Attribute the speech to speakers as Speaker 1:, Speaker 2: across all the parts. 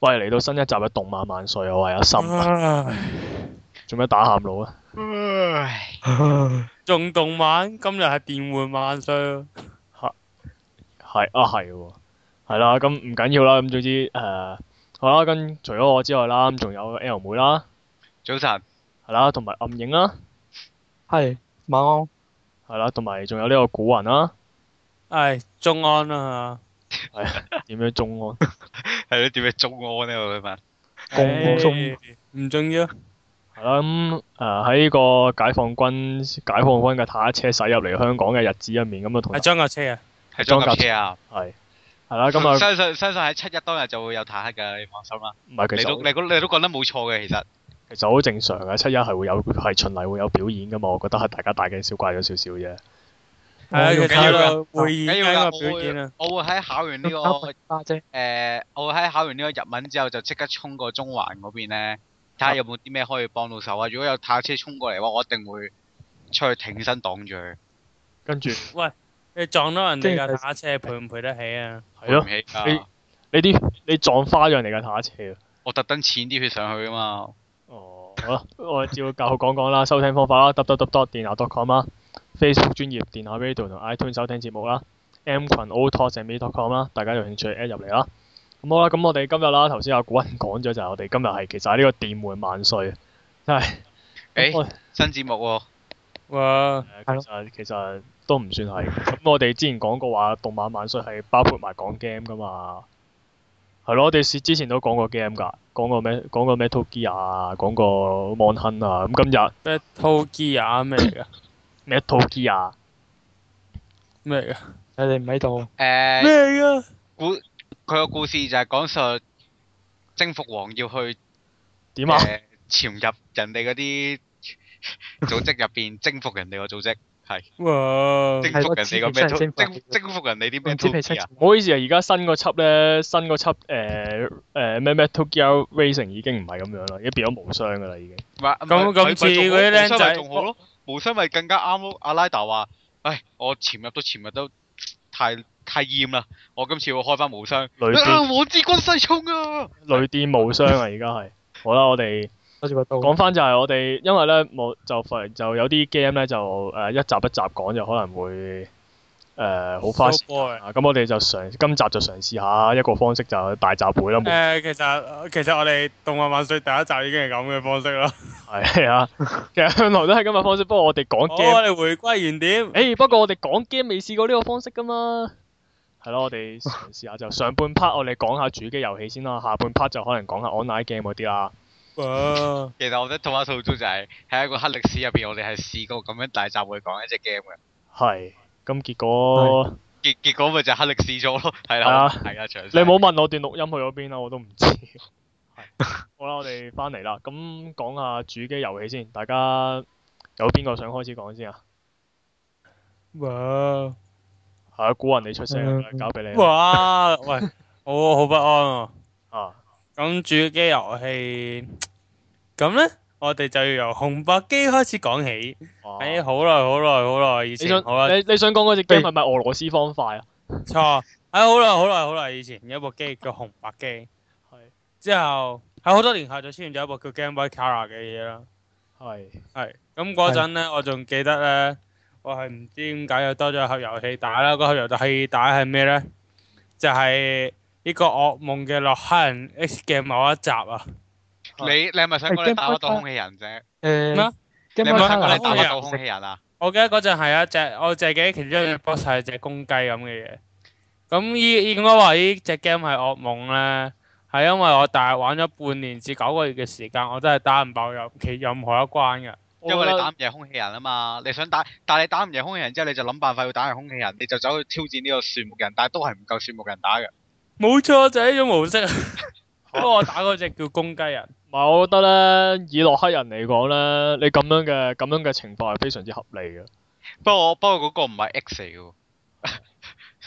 Speaker 1: 喂，嚟到新一集嘅《動漫萬歲》，我係阿森
Speaker 2: 嗯
Speaker 1: 啊， 做咩打喊路啊？
Speaker 3: 唉，
Speaker 1: 係
Speaker 3: 仲動漫，今日係變換萬歲。
Speaker 1: 啊，係喎，係啦，咁唔緊要啦，咁總之誒、呃好啦，跟除咗我之外啦，咁仲有 L 妹啦，
Speaker 3: 早晨，
Speaker 1: 係啦，同埋暗影啦，
Speaker 4: 系晚安，
Speaker 1: 係啦，同埋仲有呢個古雲啦，
Speaker 3: 唉，中安啦
Speaker 1: 點樣中安？
Speaker 2: 係咯，點樣中安咧？我想問，
Speaker 3: 嚇，
Speaker 4: 共中
Speaker 3: 唉唔重要。
Speaker 1: 係啦，咁誒喺呢個解放軍解放軍嘅坦克車駛入嚟香港嘅日子入面，咁啊同
Speaker 3: 係裝架車啊！
Speaker 2: 係裝甲車啊！
Speaker 1: 係係啦， 咁啊
Speaker 2: 相信相信喺七一當日就會有坦克㗎，你放心啦。
Speaker 1: 唔係
Speaker 2: 你
Speaker 1: 其
Speaker 2: 都
Speaker 1: 實
Speaker 2: 你都你都講得冇錯嘅，其實
Speaker 1: 其實好正常嘅，七一係會有係循例會有表演噶嘛，我覺得係大家大驚小怪咗少少啫。
Speaker 3: 係啊，
Speaker 4: 我要
Speaker 3: 佢
Speaker 4: 交
Speaker 3: 喺
Speaker 2: 緊要
Speaker 3: 度會演
Speaker 2: 緊
Speaker 3: 緊
Speaker 2: 要㗎
Speaker 3: 個表演啊！
Speaker 2: 我會喺考完呢個
Speaker 4: 交俾花姐，
Speaker 2: 誒，我會喺考完呢個日文之後就即刻衝過中環嗰邊咧，睇下有冇啲咩可以幫到手啊！如果有坦克車衝過嚟嘅話，我一定會出去挺身擋住佢，
Speaker 1: 跟住
Speaker 3: 你撞到人哋
Speaker 4: 即
Speaker 3: 架
Speaker 4: 係
Speaker 3: 打車，賠唔賠得起啊？
Speaker 1: 係咯
Speaker 2: 唔。起
Speaker 1: 你
Speaker 2: 㗎。
Speaker 1: 你啲你撞花樣嚟㗎，坦克車啊！
Speaker 2: 我特登淺啲血上去啊嘛，
Speaker 1: 哦，好啦，我照教講講啦，收聽方法啦，dot 電腦 .com 啦，Facebook 專業電腦 radio 同 iTunes 收聽節目啦，M 群 o t o s a m e .com 啦，大家有興趣 add 入嚟啦。咁好啦，咁我哋今日啦，頭先阿古人講咗就係我哋今日係其實係呢個電門萬歲，真係。
Speaker 2: 誒
Speaker 1: 咁我
Speaker 2: 新節目喎，
Speaker 3: 哇！
Speaker 1: 其實其實都唔算係。咁我哋之前講過話動漫萬歲係包括埋講 game 噶嘛。係咯，我哋是之前都講過 game 㗎，講過咩講過 Metal Gear 啊，講過 Mon Hun 啊。咁今日
Speaker 3: 咩 t o g e a 咩嚟㗎？
Speaker 1: Metal Gear 啊
Speaker 3: 咩嚟㗎？
Speaker 4: 你哋唔喺度，
Speaker 2: 誒
Speaker 3: 咩嚟㗎？
Speaker 2: 故佢個故事就係講述征服王要去
Speaker 1: 點啊？
Speaker 2: 誒潛入人哋嗰啲 組織入邊，征服人哋個組織，
Speaker 3: 哇！
Speaker 2: 征服人哋個咩
Speaker 4: 係我知佢真係征服
Speaker 2: 征征服人哋啲
Speaker 4: 唔
Speaker 2: 咩
Speaker 4: 知未
Speaker 2: t
Speaker 4: 出
Speaker 2: o 啊？
Speaker 1: 唔好意思啊，而家新個輯咧，新個輯誒誒咩 Metal Gear Racing 已經唔係咁樣啦，已經變咗無雙㗎啦已經。
Speaker 2: 唔係
Speaker 3: 咁
Speaker 2: 唔係
Speaker 3: 咁似嗰啲僆仔哦
Speaker 2: 無雙咪仲好咯，無雙咪更加啱咯。阿拉達話：，唉，我潛入都潛入都太太厭啦，我今次要開翻無雙。
Speaker 1: 雷
Speaker 2: 啊！
Speaker 1: 電
Speaker 2: 王之軍勢衝啊！
Speaker 1: 雷電無雙啊，而家係。好啦，我哋。
Speaker 4: 攞住個刀，
Speaker 1: 講翻就係我哋，因為咧冇就快就有啲 game 咧就誒、呃一集一集講就可能會誒好、花時
Speaker 3: So boring
Speaker 1: 啊，咁我哋就嘗今集就嘗試下一個方式就係大集會啦，冇
Speaker 3: 誒，其實其實我哋《動漫萬歲》第一集已經係咁嘅方式啦。
Speaker 1: 係啊，其實向來都係咁嘅方式，不過我哋
Speaker 3: 好，
Speaker 1: 講
Speaker 3: 啊
Speaker 1: game，
Speaker 3: 我哋回歸原點
Speaker 1: 誒、。不過我哋講 game 未試過呢個方式噶嘛，係咯，我哋嘗試下就上半 part 我哋講下主機遊戲先啦，下半 part 就可能講下 online game 嗰啲啦，
Speaker 3: 哇！
Speaker 2: 其實我覺得《托馬套租》就係喺一個黑歷史入邊，我哋係試過咁樣大集會講一隻 game 嘅。
Speaker 1: 係，咁結果
Speaker 2: 結結果咪就係黑歷史咗咯， 係
Speaker 1: 係啊
Speaker 2: 啦，係啊，長
Speaker 1: 你冇問我段錄音去咗邊啦，我都唔知。 好啦，我哋翻嚟啦，咁講下主機遊戲先，大家有邊個想開始講先啊？
Speaker 3: 哇！
Speaker 1: 係啊，古人你出聲啦，
Speaker 4: 嗯
Speaker 1: 交俾你啦
Speaker 3: 哇！喂，我好不安喎。
Speaker 1: 啊！
Speaker 3: 咁主機遊戲，咁咧我哋就要由紅白機開始講起。
Speaker 1: 哇
Speaker 2: 哎
Speaker 3: 喺好耐好耐好耐
Speaker 1: 啊哦
Speaker 3: 以
Speaker 1: 你
Speaker 3: 前
Speaker 1: 想，
Speaker 3: 好
Speaker 2: 啊
Speaker 3: 啦，
Speaker 1: 你你想講嗰隻 game 係咪俄羅斯方塊啊？
Speaker 3: 錯。喺好耐好耐好耐以前有一部機叫紅白機，
Speaker 1: 係
Speaker 3: 之後喺好多年後就出現咗一部叫 Game Boy Color 嘅嘢啦。
Speaker 1: 係
Speaker 3: 係咁嗰陣咧，我仲記得咧，我係唔知點解又多咗盒遊戲帶啦。嗰盒遊戲帶係咩咧？就係、呢個噩夢嘅洛克人 X 嘅某一集啊！
Speaker 2: 你你係咪想講你打不到空氣人啫？
Speaker 4: 誒
Speaker 3: 咩啊
Speaker 2: 你
Speaker 4: ，Game
Speaker 2: 係
Speaker 4: Boy
Speaker 2: 咪想講
Speaker 4: Color
Speaker 2: 你打
Speaker 3: 乜
Speaker 2: 不
Speaker 3: 嘢
Speaker 2: 到空氣人啊？
Speaker 3: 我記得嗰陣係一隻，我自己其中一隻 boss 係隻公雞咁嘅嘢。咁依應該話呢隻 game 係噩夢咧，係因為我大約玩咗半年至九個月嘅時間，我都係打唔爆任其任何一關嘅。
Speaker 2: 因為你打唔贏空氣人啊嘛，你想打，但係你打唔贏空氣人之後，你就諗辦法要打贏空氣人，你就走去挑戰呢個樹木人，但係都係唔夠樹木人打嘅。
Speaker 3: 冇錯，就係呢種模式。 不過我打嗰隻叫公雞啊人。
Speaker 1: 唔係？我覺得咧，以洛克人嚟講咧，你咁樣嘅咁樣嘅情況係非常之合理嘅。
Speaker 2: 不過不過嗰個唔係 X 嚟嘅喎，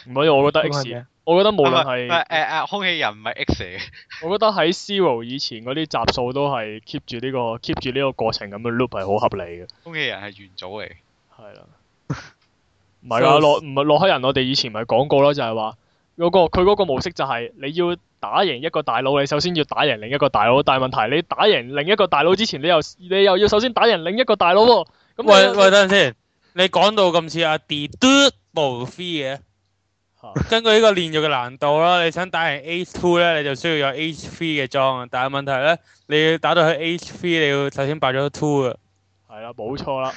Speaker 1: 唔係，我覺得
Speaker 4: 嗰個係
Speaker 1: X，
Speaker 4: 咩
Speaker 1: 我覺得無論
Speaker 2: 啊唔係
Speaker 1: 係，
Speaker 2: 誒誒空氣人唔係 X 嚟嘅，
Speaker 1: 我覺得喺 Zero 以前嗰啲集數都係 keep 住呢個 keep 住呢個過程咁樣 loop 係好合理嘅。
Speaker 2: 空氣人係元祖嚟。
Speaker 1: 係啦，唔係啊，啊
Speaker 3: So-
Speaker 1: 洛唔係洛克人，我哋以前咪講過咯，就係話嗰個佢嗰個模式就係你要打贏一個大佬，你首先要打贏另一個大佬。但係問題你打贏另一個大佬之前，你又你又要首先打贏另一個大佬喎。咁你
Speaker 3: 喂喂，等陣先，你講到咁似阿 D Do b Free 嘅
Speaker 1: 嚇，
Speaker 3: 根據呢個練習嘅難度啦，你想打贏 A Two 咧，你就需要有 A Three 嘅裝啊。但係問題咧，你要打到去 A Three，你要首先敗咗 Two 啊。
Speaker 1: 係啦，冇錯 啦，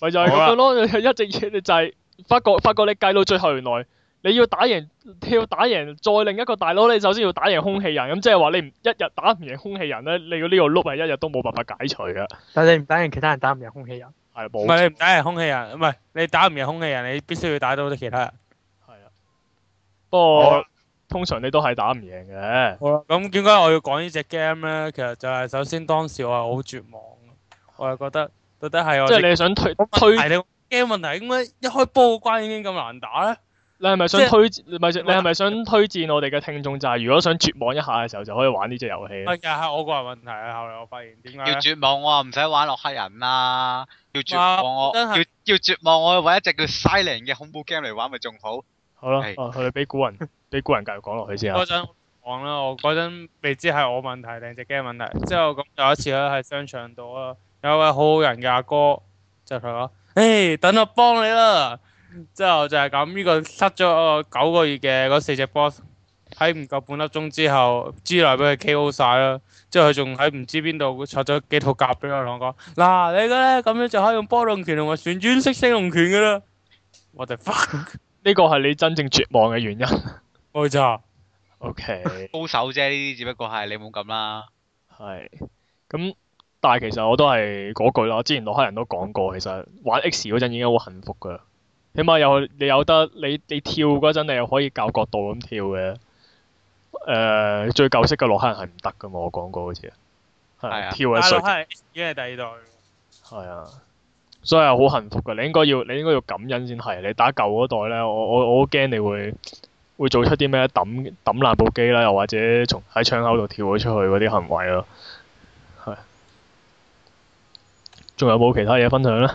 Speaker 1: 咪就係咁樣
Speaker 3: 啊
Speaker 1: 咯。 一直以你就係發覺發覺你計到最後，原來你要打贏你要打贏再另一個大佬，你首先要打贏空氣人。咁即係話你唔一日打唔贏空氣人咧，你個呢個碌係一日都冇辦法解除嘅。
Speaker 4: 但係你唔打贏其他人，打唔贏空氣人。
Speaker 1: 係
Speaker 3: 唔
Speaker 1: 冇
Speaker 3: 係你
Speaker 1: 錯。
Speaker 3: 唔打贏空氣人，唔係你打唔贏空氣人，你必須要打到其他人。
Speaker 1: 係啊，不過
Speaker 3: 好
Speaker 1: 通常你都係打唔贏嘅。
Speaker 3: 好啦，咁點解我要講呢只 game 咧？其實就係首先當時我係好絕望嘅，我係覺得到底係我
Speaker 1: 即係你想推推
Speaker 3: 推，係啊你 game 問題點解一開波個關已經咁難打咧？
Speaker 1: 你係咪想
Speaker 3: 即係
Speaker 1: 推？你咪你係咪想推薦我哋嘅聽眾就係如果想絕望一下嘅時候就可以玩呢隻遊戲啊咧？
Speaker 3: 係又係我個人問題啊！後嚟我發現點解
Speaker 2: 要
Speaker 3: 咧？
Speaker 2: 絕望我話唔使玩落黑人啦，要絕望我
Speaker 3: 哇真係
Speaker 2: 要要絕望我揾一隻叫 Silent 嘅恐怖 game 嚟玩咪仲好。
Speaker 1: 好啦，
Speaker 2: 係
Speaker 1: 哦，佢哋俾古人俾古人繼續講落去先啊
Speaker 3: 嗰。陣講啦，我嗰陣未知係我問題定只 game 問題。啊之後咁有一次咧喺商場度啊，有位好好人嘅阿哥就同我講：，誒，等我幫你啦。之後就係咁，呢個塞咗我九個月嘅嗰四隻 boss 喺唔夠半粒鐘之後之內俾佢 KO 晒啦。之後佢仲喺唔知邊度拆咗幾套甲俾我，同我講：嗱，你咧咁樣就可以用波動拳同埋旋轉式升龍拳噶啦。我哋 fuck，
Speaker 1: 呢個係你真正絕望嘅原因。
Speaker 3: 冇錯。
Speaker 1: OK，
Speaker 2: 高手啫，呢啲只不過係你冇咁啦。
Speaker 1: 係。咁但係其實我都係嗰句啦，我之前洛克人都講過，其實玩 X 嗰陣已經好幸福㗎。起碼有你有得你你跳嗰陣，你又可以教角度咁跳嘅。誒、最舊式嘅洛克人係唔得㗎嘛，我講過好似係
Speaker 2: 係啊
Speaker 1: 跳
Speaker 3: 大
Speaker 1: 嘅
Speaker 3: 陸
Speaker 1: 垂
Speaker 3: 係已經係第二代。
Speaker 1: 係啊，所以係好幸福噶。你應該要，你應該要感恩先係。你打舊嗰代咧，我我我好驚你會會做出啲咩抌抌爛部機啦，又或者從喺窗口度跳咗出去嗰啲行為咯。係。仲有冇其他嘢分享咧？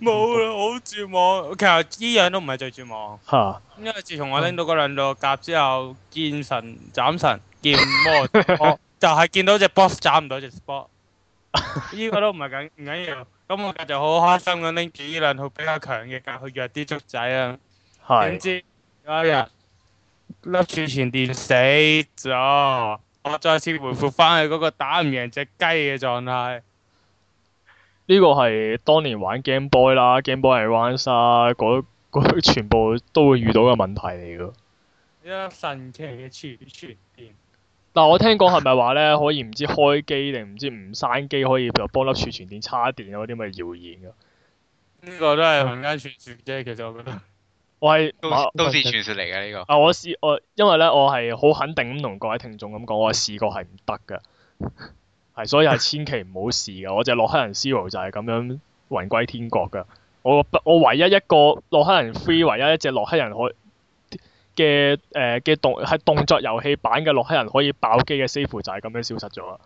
Speaker 3: 冇啦，好絕望。其實依樣都唔係最絕望，
Speaker 1: 嚇！
Speaker 3: 因為自從我拎到嗰兩度甲之後，見神斬神，見魔 我就係見到只 boss 斬唔到只 boss。依個都唔係緊唔緊要，咁我就好開心咁拎住呢兩套比較強嘅甲去弱啲竹仔啊。
Speaker 1: 係
Speaker 3: 點知有一日粒儲存電死咗，我再次回復翻去嗰個打唔贏只雞嘅狀態。
Speaker 1: 呢個係當年玩 Game Boy 啦，Game Boy Advance 啊，嗰嗰全部都會遇到嘅問題嚟㗎。
Speaker 3: 一粒神奇嘅儲存電。
Speaker 1: 但我聽講係咪話咧，可以唔知開機定唔知唔閂機，可以就幫粒儲存電叉電嗰啲咪謠言㗎？
Speaker 3: 呢個都係民間傳説啫，其實我覺得。
Speaker 1: 我係
Speaker 2: 都
Speaker 1: 馬
Speaker 2: 都市傳說嚟嘅呢
Speaker 1: 啊！我試我因為咧，我係好肯定咁同各位聽眾咁講，我係試過係唔得嘅，係所以係千祈唔好試嘅。我隻洛克人 Zero 就係咁樣魂歸天國嘅。我我唯一一個洛克人 Free 唯一一隻洛克人可嘅誒嘅動係動作遊戲版嘅洛克人可以爆機嘅 save 就係咁樣消失咗啦。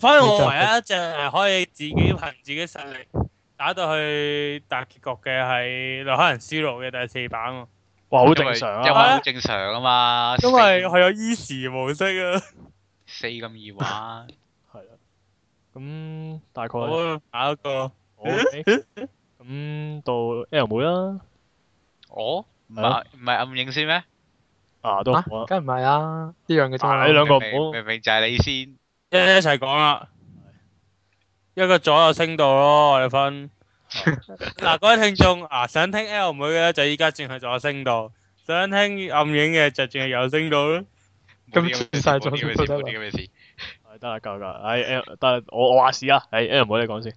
Speaker 3: 反正 我唯一一隻係可以自己憑自己實力打到去大結局嘅係洛克人思路嘅第四版喎，
Speaker 1: 哇！
Speaker 2: 個，
Speaker 1: 好
Speaker 2: 好
Speaker 1: 正常
Speaker 2: 因為
Speaker 1: 啊，
Speaker 2: 好正常啊嘛。
Speaker 3: 因為佢有 easy 模式啊。
Speaker 2: 四咁易 玩，
Speaker 1: 係啦。咁大概
Speaker 3: 好
Speaker 1: 好
Speaker 3: 啊打一個
Speaker 1: OK 咁到 L 妹啦，
Speaker 2: 我
Speaker 1: 哦
Speaker 2: 唔
Speaker 1: 係咯
Speaker 2: 係唔係暗影先咩？
Speaker 1: 啊都
Speaker 4: 嚇，
Speaker 1: 好啊。
Speaker 4: 梗唔係啦，一樣嘅
Speaker 2: 啊
Speaker 4: 啫
Speaker 1: 你
Speaker 4: 嘛。
Speaker 1: 兩個唔
Speaker 2: 明明
Speaker 1: 好
Speaker 2: 明明就係你先。
Speaker 3: 一一齊講啦，一個左右升度咯，我哋 分。嗱，各位聽眾啊，想聽 L 妹嘅咧就依家轉去左右升度，想聽暗影嘅就轉去右升度咯。
Speaker 2: 冇
Speaker 4: 咁
Speaker 2: 啲咁嘅
Speaker 4: 轉
Speaker 2: 事
Speaker 4: 晒
Speaker 2: 冇
Speaker 4: 咗
Speaker 2: 啲咁嘅事
Speaker 4: 都得啦
Speaker 2: 冇啲咁嘅事。
Speaker 1: 係得啦，夠啦，唉 L 得啦，我我話事啊，唉 L 唔好你講先，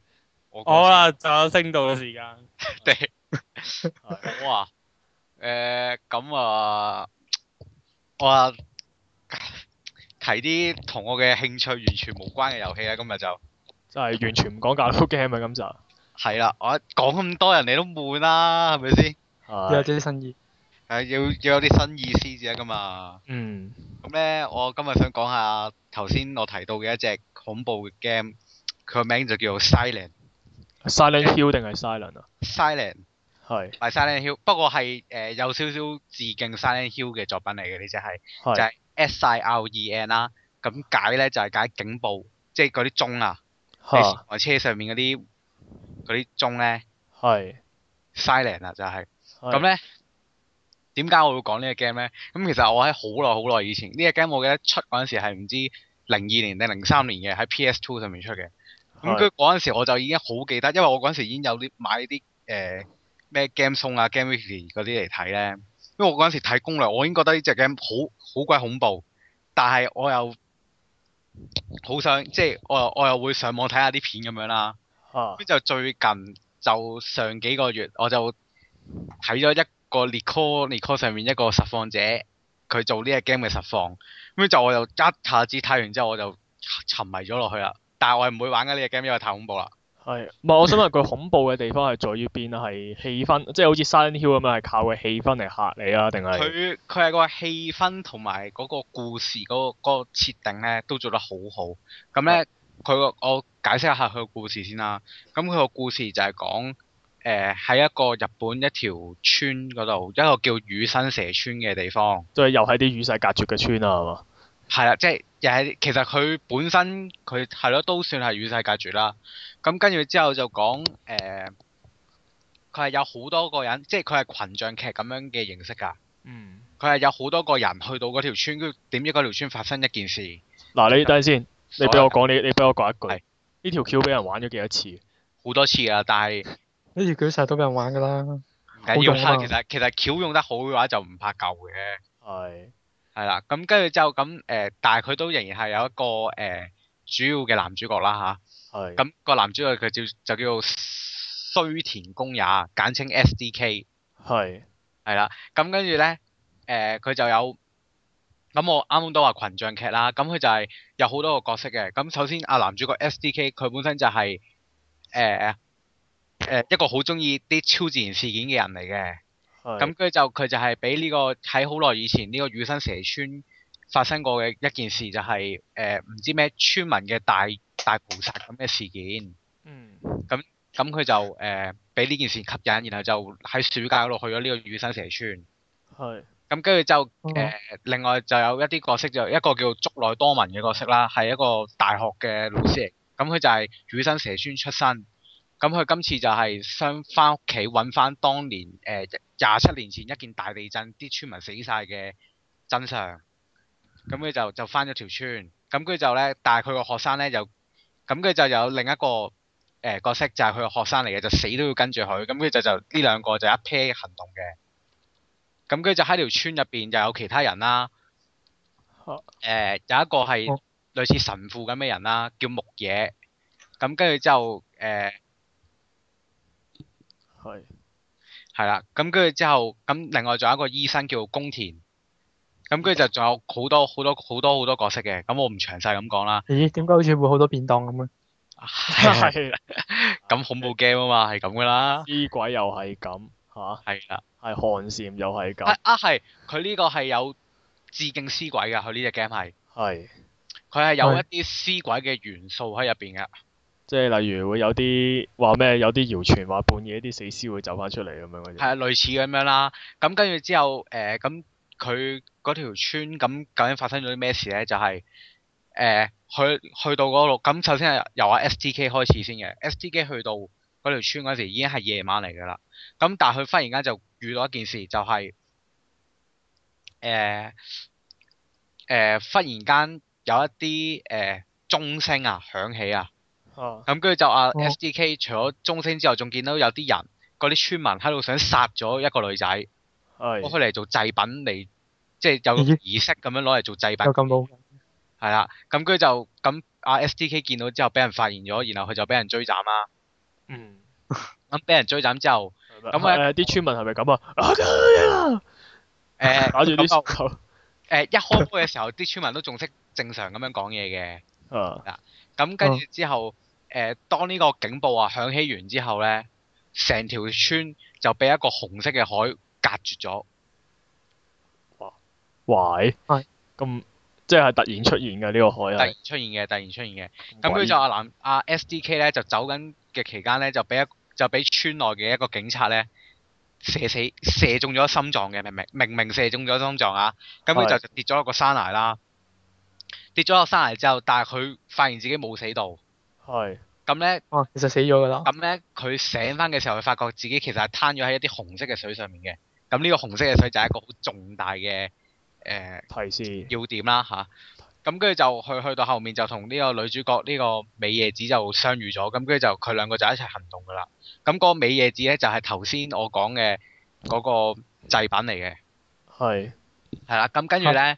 Speaker 2: 我講
Speaker 3: 好啊啦，就有升度嘅時間。
Speaker 2: 先， 我啊，誒咁啊，我啊提啲同我嘅興趣完全無關嘅遊戲啊，今日就。
Speaker 1: 真係完全唔講格鬥 game 啊，今集
Speaker 2: 係啦，我講咁多人你都悶啦，係咪先？
Speaker 4: 有
Speaker 1: 係
Speaker 4: 啲新意。
Speaker 2: 係要要有啲新意思至得噶嘛。
Speaker 1: 嗯
Speaker 2: 咁咧，我今日想講下頭先我提到嘅一隻恐怖嘅 game，佢個名就叫做 Silent。
Speaker 1: Silent Hill 定係 Silent 啊
Speaker 2: Silent
Speaker 1: 係
Speaker 2: 係 Silent Hill，不過係誒有少少致敬 Silent Hill 嘅作品嚟嘅呢只係就
Speaker 1: 係
Speaker 2: 係 S I R E N 啦。咁解咧就係解警報，即係嗰啲鐘啊，你
Speaker 1: 嚇
Speaker 2: 台車上面嗰啲嗰啲鐘咧
Speaker 1: 係
Speaker 2: silent 啊，就係
Speaker 1: 係
Speaker 2: 咁咧。點解我會講呢個 game 咧？咁其實我喺好耐好耐以前，呢、個 game 我記得出嗰陣時係唔知零二年定零三年嘅，喺 PS Two 上面出嘅。咁
Speaker 1: 係
Speaker 2: 佢嗰陣時我就已經好記得，因為我嗰陣時已經有啲買啲誒咩 Game Song 啊、Game Weekly 嗰啲嚟睇咧。因為我嗰陣時睇攻略，我已經覺得呢只 game 好好鬼恐怖，但係我又好想即係我又我又會上網睇下啲片咁樣啦。
Speaker 1: 嚇
Speaker 2: 咁就最近就上幾個月，我就睇咗一個 n i c o n i c o 上面一個實況者，佢做呢個 game 嘅實況。咁就我就一下子睇完之後，我就沉迷咗落去啦。但係我係唔會玩嘅呢個 game，因為太恐怖啦。
Speaker 1: 係唔係？我想問佢恐怖嘅地方係在於邊啊？係氣氛，即係好似 Silent Hill 咁樣係靠個氣氛嚟嚇你啊，定係
Speaker 2: 佢佢係個氣氛同埋嗰個故事嗰、個嗰個設定咧都做得好好。咁咧佢個我解釋一下佢個故事先啦。咁佢個故事就係講誒呃喺一個日本一條村嗰度，一個叫羽生蛇村嘅地方。
Speaker 1: 即係又係啲與世隔絕嘅村啊？係嘛？
Speaker 2: 係啦，即係又係其實佢本身佢係咯，都算係與世隔絕啦。咁跟住之後就講誒，呃佢、係有好多個人，即係佢係群像劇咁樣嘅形式㗎。
Speaker 1: 嗯。
Speaker 2: 佢係有好多個人去到嗰條村，跟住點知嗰條村發生一件事。
Speaker 1: 嗱，你等陣先，你俾我講，你你俾我講一
Speaker 2: 係
Speaker 1: 句，呢條橋俾人玩咗幾多次？
Speaker 2: 好多次啦，但係
Speaker 4: 呢條橋成日都俾人玩噶啦。
Speaker 2: 唔緊要啦。
Speaker 4: 好用
Speaker 2: 其
Speaker 4: 啊
Speaker 2: 實其實橋用得好嘅話就唔怕舊嘅，
Speaker 1: 係
Speaker 2: 係啦。咁跟住之後咁誒、呃但係佢都仍然係有一個誒、呃主要嘅男主角啦吓。
Speaker 1: 係。
Speaker 2: 咁、個男主角佢叫就叫做須田公也，簡稱 S.D.K.
Speaker 1: 係
Speaker 2: 係啦。咁跟住咧，誒、佢就有咁我啱啱都話群像劇啦。咁佢就係有好多個角色嘅。咁首先啊，男主角 S.D.K. 佢本身就係誒誒一個好中意啲超自然事件嘅人嚟嘅。
Speaker 1: 係
Speaker 2: 咁跟住就佢就係俾呢個喺好耐以前呢個羽生蛇村發生過嘅一件事，就係誒唔知咩村民嘅大大屠殺咁嘅事件。
Speaker 1: 嗯
Speaker 2: 咁佢就誒俾呢件事吸引，然後就喺暑假嗰度去咗呢個羽生蛇村。
Speaker 1: 係
Speaker 2: 咁跟住就誒、
Speaker 4: 嗯
Speaker 2: 呃另外就有一啲角色就一個叫竹內多文嘅角色啦，係一個大學嘅老師嚟。咁佢就係羽生蛇村出身。咁佢今次就係想翻屋企揾翻當年誒廿七年前一件大地震啲村民死晒嘅真相。咁佢就就翻咗條村。咁佢就咧，但係佢個學生咧就咁佢就有另一個誒、角色就係佢個學生嚟嘅，就死都要跟住佢。咁佢就就呢兩個就一 pair 行動嘅。咁跟住就喺條村入邊就有其他人啦。誒
Speaker 1: 哦、
Speaker 2: 有一個係
Speaker 4: 哦
Speaker 2: 類似神父咁嘅人啦，叫木野。咁跟住之後誒
Speaker 1: 係
Speaker 2: 係啦，咁跟住之後咁另外仲有一個醫生叫宮田。咁跟住就仲有好多好多好多好多角色嘅，咁我唔詳細咁講啦。
Speaker 4: 咦？點解好似會好多便當咁嘅？
Speaker 1: 係
Speaker 2: 咁恐怖 game 啊嘛，係咁噶啦，
Speaker 1: 啲鬼又係咁吓，
Speaker 2: 係啦。
Speaker 1: 係寒蟬又係咁
Speaker 2: 啊，啊係，佢呢個係有致敬屍鬼㗎，佢呢只 game 係，
Speaker 1: 係
Speaker 2: 佢係有
Speaker 4: 係
Speaker 2: 一啲屍鬼嘅元素喺入邊嘅，
Speaker 1: 即係例如會有啲話咩，有啲謠傳話半夜啲死屍會走翻出嚟咁樣嗰
Speaker 2: 係
Speaker 1: 啲。
Speaker 2: 啊類似咁樣啦。咁跟住之後，誒咁佢嗰條村咁究竟發生咗啲咩事咧？就係、誒、去去到嗰度，咁首先係由阿 S.D.K 開始先嘅，S.D.K 去到嗰條村嗰時已經係夜晚嚟㗎啦。咁但係佢忽然間就遇到一件事，就係誒誒，忽然間有一啲誒、鐘聲啊響起啊！
Speaker 1: 啊
Speaker 2: 咁跟住就啊
Speaker 4: 哦
Speaker 2: S.D.K 除咗鐘聲之後，仲見到有啲人嗰啲村民喺度想殺咗一個女仔，攞
Speaker 1: 係
Speaker 2: 佢嚟做祭品嚟，即係有
Speaker 4: 咦
Speaker 2: 儀式咁樣攞嚟做祭品
Speaker 4: 有。咁老
Speaker 2: 係啦，咁跟住就咁啊 S.D.K 見到之後，俾人發現咗，然後佢就俾人追斬啦。
Speaker 1: 嗯。
Speaker 2: 咁俾人追斬 之後，
Speaker 1: 咁
Speaker 2: 咁啊
Speaker 1: 誒啲村民係咪咁 啊？啊咁啊
Speaker 2: 誒
Speaker 1: 打住啲
Speaker 2: 咁就
Speaker 1: 手球
Speaker 2: 誒一開波嘅時候，啲村民都仲識正常咁樣講嘢嘅。
Speaker 1: 啊
Speaker 2: 咁跟住之後，誒當呢個警報啊響起完之後咧，成條村就俾一個紅色嘅海隔絕咗。
Speaker 1: 喂
Speaker 4: 係
Speaker 1: 咁即係突然出現嘅呢個海啊
Speaker 2: 突然
Speaker 1: 係
Speaker 2: 出現嘅，突然出現嘅。咁佢就阿南阿 S.D.K 咧就走緊嘅期間咧，就俾一就俾村內嘅一個警察咧射死射中咗心臟嘅，明明明明射中咗心臟啊，咁佢
Speaker 1: 係
Speaker 2: 就跌咗落個山崖啦。跌咗落山崖之後，但係佢發現自己冇死到，
Speaker 1: 係
Speaker 2: 咁咧
Speaker 4: 哦，其實死咗噶啦，
Speaker 2: 咁咧佢醒翻嘅時候，佢發覺自己其實係攤咗喺一啲紅色嘅水上面嘅。咁呢個紅色嘅水就係一個好重大嘅誒、呃
Speaker 1: 提示
Speaker 2: 要點啦吓，咁跟住就去去到後面就同呢個女主角呢、個美夜子就相遇咗，咁跟住就佢兩個就一齊行動噶啦。咁、嗰個美夜子咧就係頭先我講嘅嗰個製品嚟嘅，
Speaker 1: 係
Speaker 2: 係啦。咁跟住咧，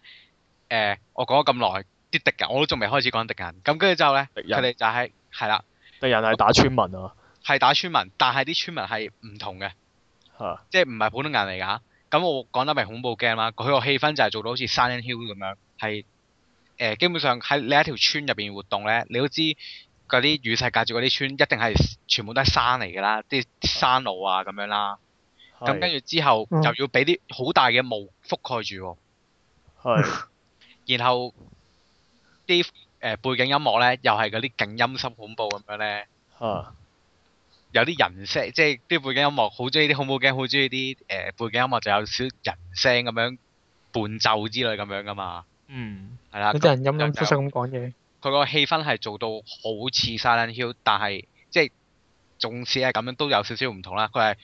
Speaker 2: 誒、我講咗咁耐啲敵人，我都仲未開始講敵人。咁跟住之後咧，
Speaker 1: 敵人
Speaker 2: 佢哋就係係啦，
Speaker 1: 敵人係打村民啊，
Speaker 2: 係打村民，但係啲村民係唔同嘅，
Speaker 1: 嚇
Speaker 2: 即係唔係普通人嚟㗎。咁我講得明恐怖 game 啦，佢個氣氛就係做到好似 Silent Hill 咁樣，係誒、呃基本上喺你喺條村入邊活動咧，你都知嗰啲與世隔絕嗰啲村一定係全部都係山嚟㗎啦，啲山路啊咁樣啦。咁跟
Speaker 1: 係
Speaker 2: 住之後
Speaker 4: 嗯
Speaker 2: 就要俾啲好大嘅霧覆蓋住喎。
Speaker 1: 係
Speaker 2: 然後啲誒、呃背景音樂咧，又係嗰啲勁陰森恐怖咁樣咧，
Speaker 1: 嚇
Speaker 2: 有啲人聲，即係啲背景音樂好中意啲恐怖 game，好中意啲誒呃背景音樂就有少人聲咁樣伴奏之類咁樣噶嘛，
Speaker 1: 嗯
Speaker 2: 係啦。
Speaker 4: 有
Speaker 2: 咁
Speaker 4: 啲人陰陰濕濕
Speaker 2: 就
Speaker 4: 咁講嘢，
Speaker 2: 佢個氣氛係做到好似 Silent Hill，但係即係縱使係咁樣都有少少唔同啦。佢係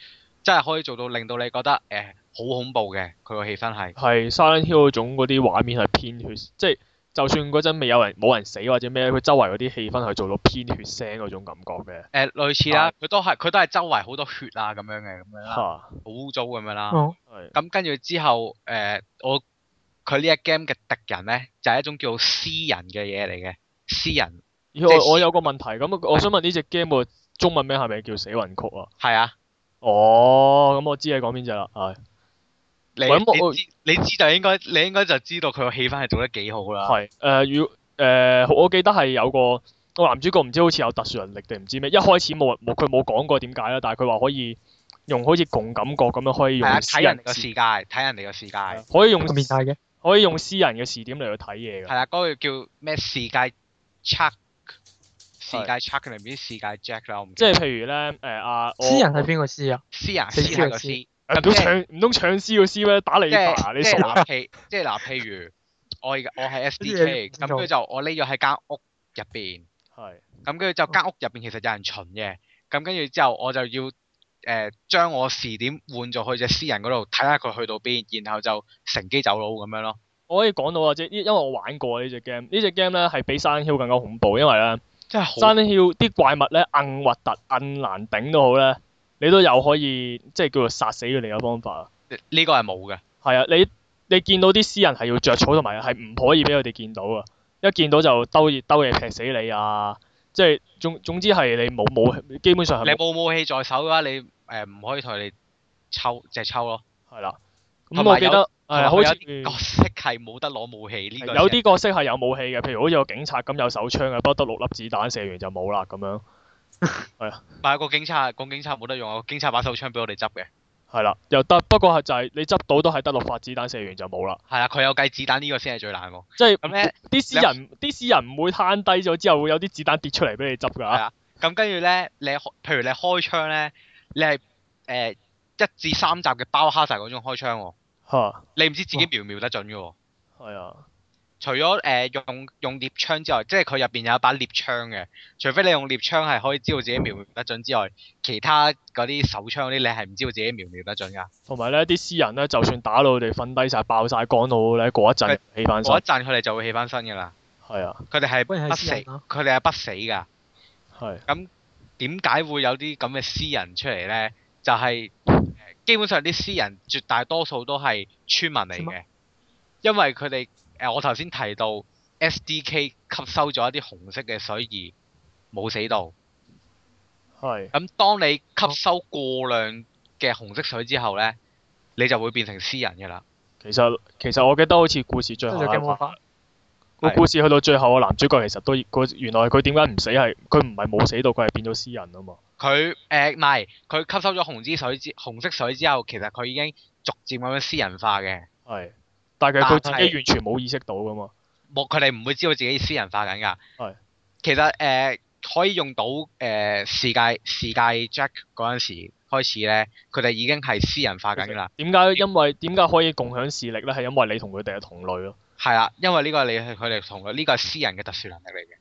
Speaker 2: 真係可以做到令到你覺得誒好、恐怖嘅，佢個氣氛係。
Speaker 1: 係 Silent Hill 嗰種嗰啲畫面係偏血，即係就算嗰陣未有人冇人死或者咩，佢周圍嗰啲氣氛係做到偏血腥嗰種感覺嘅
Speaker 2: 誒、呃類似啦，佢都係佢都係周圍好多血啊咁樣嘅咁樣啦，好
Speaker 1: 嚇
Speaker 2: 污糟咁樣啦。
Speaker 4: 哦，
Speaker 1: 係
Speaker 2: 咁跟住之後，誒、我佢呢一 game 嘅敵人咧，就係、一種叫私人嘅嘢嚟嘅，私人
Speaker 1: 咦我我有個問題咁，我想問呢只 game 個中文名係咪叫死魂曲啊？
Speaker 2: 係啊，
Speaker 1: 哦，咁我知你講邊只啦，係
Speaker 2: 你
Speaker 1: 喂咁我
Speaker 2: 你知你知就應該，你應該就知道佢個氣氛係做得幾好啦。
Speaker 1: 係誒要誒，我記得係有個個男主角唔知好似有特殊能力定唔知咩，一開始冇冇佢冇講過點解啦，但係佢話可以用好似共感覺咁樣可以
Speaker 2: 係啊，
Speaker 1: 用私
Speaker 2: 睇人
Speaker 1: 人
Speaker 2: 哋個
Speaker 1: 視
Speaker 2: 世界，睇人哋個世界，係
Speaker 1: 係啊可以用
Speaker 4: 咁變態嘅，
Speaker 1: 可以用私人嘅視點嚟去睇嘢㗎，
Speaker 2: 啊啦，嗰、個叫咩世界 check，世界 check 定唔知世界 jack 啦，我唔
Speaker 1: 即
Speaker 2: 記得
Speaker 1: 係譬如咧誒啊，我
Speaker 4: 私人係邊個私啊？
Speaker 2: 私人
Speaker 4: 死
Speaker 2: 私
Speaker 4: 屍
Speaker 2: 係
Speaker 1: 唔
Speaker 2: 個私，
Speaker 4: 個私
Speaker 1: 通搶唔通搶屍個屍咩？打你
Speaker 2: 即係
Speaker 1: 爸
Speaker 2: 即
Speaker 1: 你傻
Speaker 2: 係
Speaker 1: 啊！
Speaker 2: 嗱，譬即係嗱，譬如我而家我係 SDK，咁跟住就我匿咗喺間屋入邊。
Speaker 1: 係
Speaker 2: 咁跟住就間屋入邊其實有人巡嘅，咁跟住之後我就要誒、呃、將我視點換咗去只私人嗰度睇下佢去到邊，然後就乘機走佬咁樣咯。
Speaker 1: 我可以講到啊，即係因因為我玩過呢只 game，呢只 game 咧係比 Silent Hill 更加恐怖，因為咧。
Speaker 2: 真係好，
Speaker 1: 山丘啲怪物咧，硬核突、硬難頂都好咧，你都有可以即係叫做殺死佢哋嘅方法啊。
Speaker 2: 呢個係冇嘅，
Speaker 1: 係啊，你你見到啲私人係要着草，同埋係唔可以俾佢哋見到啊。一見到就兜嘢兜嘢劈死你啊！即係總總之係你冇武，基本上
Speaker 2: 你
Speaker 1: 係冇
Speaker 2: 冇武器在手嘅話，你誒呃唔、可以同佢哋抽隻抽咯。
Speaker 1: 係啦。
Speaker 2: 同
Speaker 1: 咁
Speaker 2: 埋
Speaker 1: 我記得
Speaker 2: 同埋
Speaker 1: 係
Speaker 2: 佢
Speaker 1: 好
Speaker 2: 有
Speaker 1: 似嗯
Speaker 2: 啲角色係冇得攞武器呢、個
Speaker 1: 有
Speaker 2: 先
Speaker 1: 啲角色係有武器嘅，譬如好似個警察咁有手槍嘅，不過得六粒子彈射完就冇啦咁樣。
Speaker 2: 唔係個警察，個警察冇得用啊，個警察把手槍俾我哋執嘅。
Speaker 1: 係啦，又得不過係就係你執到都係得六發子彈射完就冇啦。
Speaker 2: 係啊啦，佢有計子彈呢、個先係最難喎。
Speaker 1: 即係
Speaker 2: 咁咧
Speaker 1: 啲私人啲私人唔會攤低咗之後會有啲子彈跌出嚟俾你執
Speaker 2: 係
Speaker 1: 㗎
Speaker 2: 啊。咁跟住咧，你開譬如你開槍咧，你係誒、呃一至三集嘅包哈晒嗰種開槍喎，
Speaker 1: 嚇，
Speaker 2: 你唔知自己瞄唔瞄得準嘅喎。
Speaker 1: 係啊，
Speaker 2: 除咗誒、呃用用獵槍之外，即係佢入邊有一把獵槍嘅，除非你用獵槍係可以知道自己瞄唔瞄得準之外，其他嗰啲手槍嗰啲你係唔知道自己瞄唔瞄得準㗎。
Speaker 1: 同埋咧啲私人咧，就算打到佢哋瞓低晒、爆晒光腦咧，過一陣
Speaker 2: 係
Speaker 1: 起翻身
Speaker 2: 嗰一，陣佢哋就會起翻身㗎啦，
Speaker 1: 係啊，
Speaker 2: 佢哋係
Speaker 4: 喂係
Speaker 2: 不
Speaker 4: 私
Speaker 2: 死，
Speaker 4: 人啊
Speaker 2: 佢哋係不死㗎。
Speaker 1: 係
Speaker 2: 點解會有啲咁嘅私人出嚟呢？就係、呃基本上啲私人絕大多數都係村民嚟
Speaker 4: 村
Speaker 2: 嘅，因為佢哋誒我頭先提到 SDK 吸收咗一啲紅色嘅水而冇死到。
Speaker 1: 係
Speaker 2: 咁當你吸收過量嘅紅色水之後呢，你就會變成私人嘅啦。
Speaker 1: 其實其實我記得好似故事最
Speaker 4: 跟
Speaker 1: 後
Speaker 4: 住 game
Speaker 1: 係
Speaker 4: over，
Speaker 1: 個故事去到最後個男主角其實都佢原來佢點解唔死係佢唔係冇死到，佢係變咗私人啊嘛，
Speaker 2: 佢呃誒唔係佢吸收咗紅之水之紅色水之後，其實佢已經逐漸咁樣私人化嘅。
Speaker 1: 係，但係佢自
Speaker 2: 但係
Speaker 1: 己完全冇意識到㗎嘛，
Speaker 2: 冇佢哋唔會知道自己私人化緊㗎。
Speaker 1: 係
Speaker 2: 其實誒、呃可以用到誒、呃、世界世界 Jack 嗰陣時開始咧，佢哋已經係私人化緊㗎啦。
Speaker 1: 點解因為點解可以共享視力咧？係因為你同佢哋係同類咯。
Speaker 2: 係啦，因為呢個你係佢哋同類，呢個係私人嘅特殊能力嚟嘅。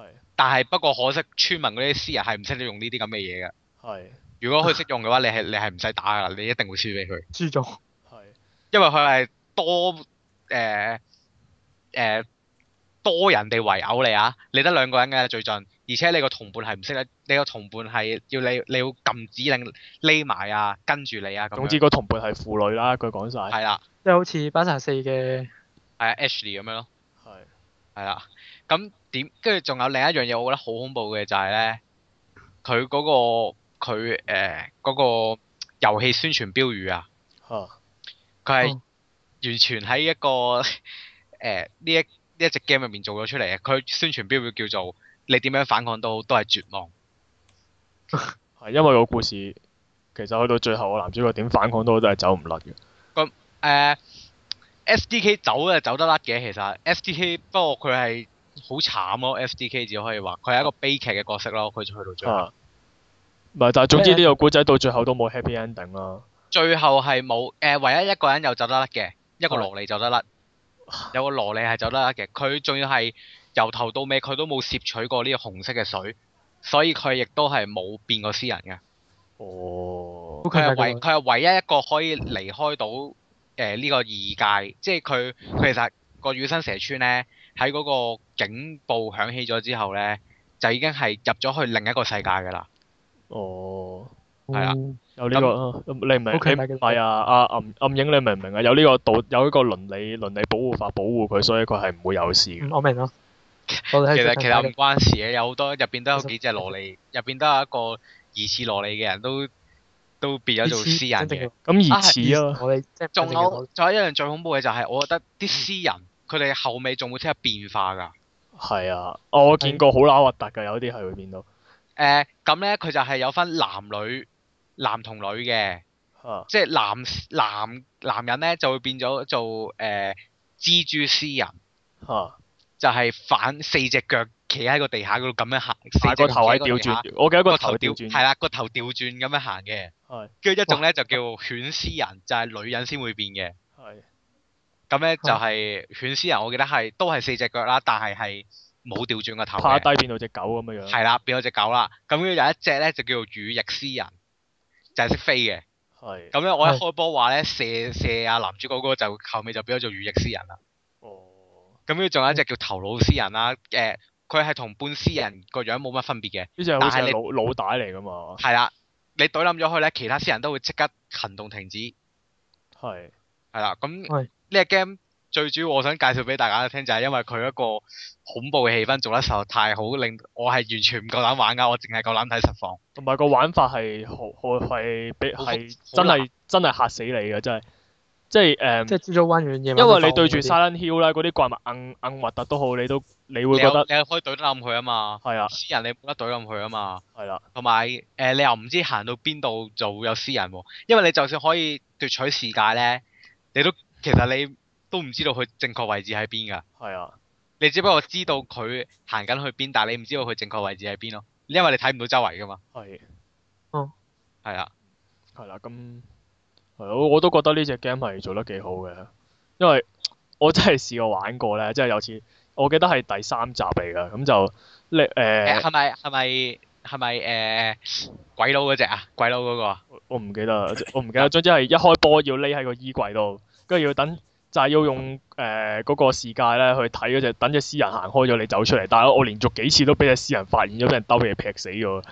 Speaker 1: 係
Speaker 2: 但係不過可惜，村民嗰啲私人係唔識得用呢啲咁嘅嘢嘅。
Speaker 1: 係
Speaker 2: 如果佢識用嘅話，你係你係唔使打㗎啦，你一定會輸俾佢，
Speaker 4: 輸咗，
Speaker 1: 係
Speaker 2: 因為佢係多誒誒、呃呃多人哋圍毆你啊！你得兩個人嘅最盡，而且你個同伴係唔識得，你個同伴係要你你要撳指令匿埋啊，跟住你啊咁樣。
Speaker 1: 總之個同伴係婦女啦，佢講晒。
Speaker 2: 係啦，
Speaker 4: 即係好似巴薩四嘅
Speaker 2: 係啊 Ashley 咁樣咯。
Speaker 1: 係
Speaker 2: 係啦，咁點跟住仲有另一樣嘢，我覺得好恐怖嘅就係咧，佢嗰、個佢誒嗰個遊戲宣傳標語啊，
Speaker 1: 嚇
Speaker 2: 佢
Speaker 4: 哦
Speaker 2: 係完全喺一個 誒呢、一呢一隻 game 入面做咗出嚟嘅。佢宣傳標語叫做你點樣反抗都好，都係絕望。
Speaker 1: 係因為個故事其實去到最後，個男主角點反抗都好都係走唔甩嘅。
Speaker 2: 誒、SDK 走咧走得甩嘅，其實 SDK 不過佢係好慘咯，SDK 只可以話佢係一個悲劇嘅角色咯，佢去到最後。
Speaker 1: 啊，唔係，但係
Speaker 4: 啊
Speaker 1: 總之呢個古仔到最後都冇 happy ending 啦。
Speaker 2: 最後係冇誒，唯一一個人又走得甩嘅，一個
Speaker 1: 係
Speaker 2: 羅莉走得甩，有個羅莉係走得甩嘅。佢仲要係由頭到尾佢都冇攝取過呢個紅色嘅水，所以佢亦都係冇變過私人嘅。
Speaker 1: 哦
Speaker 4: 好，
Speaker 2: 佢
Speaker 4: 強
Speaker 2: 係
Speaker 4: 大
Speaker 2: 唯
Speaker 4: 嘅喎，
Speaker 2: 佢係唯一一個可以離開到誒呢、個異界，即係佢佢其實個羽生蛇村咧喺嗰個警報響起咗之後咧，就已經係入咗去另一個世界㗎啦。
Speaker 1: 哦，
Speaker 2: 係啦
Speaker 4: 哦
Speaker 1: 有呢個啊你唔明？
Speaker 4: 好強
Speaker 1: 你
Speaker 4: 大嘅
Speaker 1: 唔係啊？阿暗暗影你明唔明啊？有呢個道有呢個倫理倫理保護法保護佢，所以佢係唔會有事嘅
Speaker 4: 嗯。我明 啦。我哋係
Speaker 2: 其
Speaker 4: 最
Speaker 2: 實
Speaker 4: 強
Speaker 2: 其
Speaker 4: 大
Speaker 2: 實唔
Speaker 4: 嘅
Speaker 2: 關事嘅，有好多入邊都有幾隻羅莉，入邊都有一個疑似羅莉嘅人都都變咗做私人嘅。
Speaker 1: 咁
Speaker 2: 啊
Speaker 1: 疑似啊，
Speaker 4: 我哋即係
Speaker 2: 仲
Speaker 4: 真正嘅我
Speaker 2: 有仲有一樣最恐怖嘅就係，我覺得
Speaker 1: 嗯
Speaker 2: 啲私人佢哋後尾仲會識得變化㗎。
Speaker 1: 係啊，我見過好乸核突㗎，有啲係會變到
Speaker 2: 誒咁咧，佢就係有分男女、男同女嘅，
Speaker 1: 嚇
Speaker 2: 即係男男男人咧就會變咗做誒、呃蜘蛛私人，
Speaker 1: 嚇，
Speaker 2: 就係、反四隻腳企喺個地下嗰度咁樣行，四
Speaker 1: 但係
Speaker 2: 隻
Speaker 1: 個
Speaker 2: 腳
Speaker 1: 頭係
Speaker 2: 企喺
Speaker 1: 調
Speaker 2: 個地下
Speaker 1: 轉，我記得個
Speaker 2: 個
Speaker 1: 頭
Speaker 2: 頭
Speaker 1: 調
Speaker 2: 調
Speaker 1: 轉
Speaker 2: 係啦，個頭調轉咁樣行嘅。
Speaker 1: 係
Speaker 2: 跟住一種咧就叫犬屍人，就係、女人先會變嘅。
Speaker 1: 係
Speaker 2: 咁咧就
Speaker 4: 嚇
Speaker 2: 係、犬屍人，我記得係都係四隻腳啦，但係係冇調轉個頭
Speaker 1: 趴
Speaker 2: 嘅。
Speaker 1: 低變到只狗咁樣樣，
Speaker 2: 係啦，變咗只狗啦。咁跟住有一隻咧就叫做羽翼獅人，就係、識飛嘅。
Speaker 1: 係
Speaker 2: 咁咧我一
Speaker 4: 係
Speaker 2: 開波話咧射射啊男主角嗰個就後尾就變咗做羽翼獅人啦。
Speaker 1: 哦，
Speaker 2: 咁跟住仲有一隻叫頭腦獅人啦，誒、佢係同半獅人個樣冇乜分別嘅。
Speaker 1: 呢隻好似
Speaker 2: 但係
Speaker 1: 係
Speaker 2: 你
Speaker 1: 老老大嚟㗎嘛，
Speaker 2: 係啦，你懟冧咗佢咧，其他獅人都會即刻行動停止。
Speaker 1: 係
Speaker 2: 係啦，咁
Speaker 4: 係
Speaker 2: 呢個 game 最主要我想介紹俾大家聽就係因為佢一個恐怖嘅氣氛做得實在太好，令我係完全唔夠膽玩噶，我淨係夠膽睇實況。
Speaker 1: 同埋個玩法係好好係比
Speaker 2: 好
Speaker 1: 係
Speaker 2: 好
Speaker 1: 真
Speaker 2: 難
Speaker 1: 係真係嚇死你嘅，真係即係誒
Speaker 4: 即係啊朝早灣完夜
Speaker 1: 因
Speaker 4: 晚都
Speaker 1: 為你
Speaker 4: 放
Speaker 1: 對
Speaker 4: 嗰
Speaker 1: 住
Speaker 4: 啲
Speaker 1: Silent Hill 啦，嗰啲怪物硬硬核突都好，你都你會
Speaker 2: 你
Speaker 1: 覺
Speaker 2: 有
Speaker 1: 得
Speaker 2: 你又可以懟得冧佢啊嘛，
Speaker 1: 係啊
Speaker 2: 私人你冇得懟冧佢啊嘛，
Speaker 1: 係啦，
Speaker 2: 同埋誒你又唔知行到邊度就會有私人喎，因為你就算可以奪取視界咧，你都其實你都唔知道佢正確位置喺邊噶，
Speaker 1: 係啊，
Speaker 2: 你只不過知道佢行緊去邊，但係你唔知道佢正確位置喺邊咯，因為你睇唔到周圍噶嘛，
Speaker 1: 係
Speaker 2: 係啊啦。
Speaker 1: 係啦，咁係咯，我都覺得呢只 game 係做得幾好嘅，因為我真係試過玩過咧，即係有次我記得係第三集嚟㗎，咁就你
Speaker 2: 誒
Speaker 1: 誒
Speaker 2: 係咪係咪係咪誒鬼佬嗰只啊？鬼佬嗰個啊
Speaker 1: 我唔記得啦，我唔記得，總之係一開波要匿喺個衣櫃度，跟住要等。就係要用誒嗰個視界咧去睇嗰只，等只私人行開咗你走出嚟。但係我連續幾次都俾只私人發現咗，俾人兜嘢劈死咗。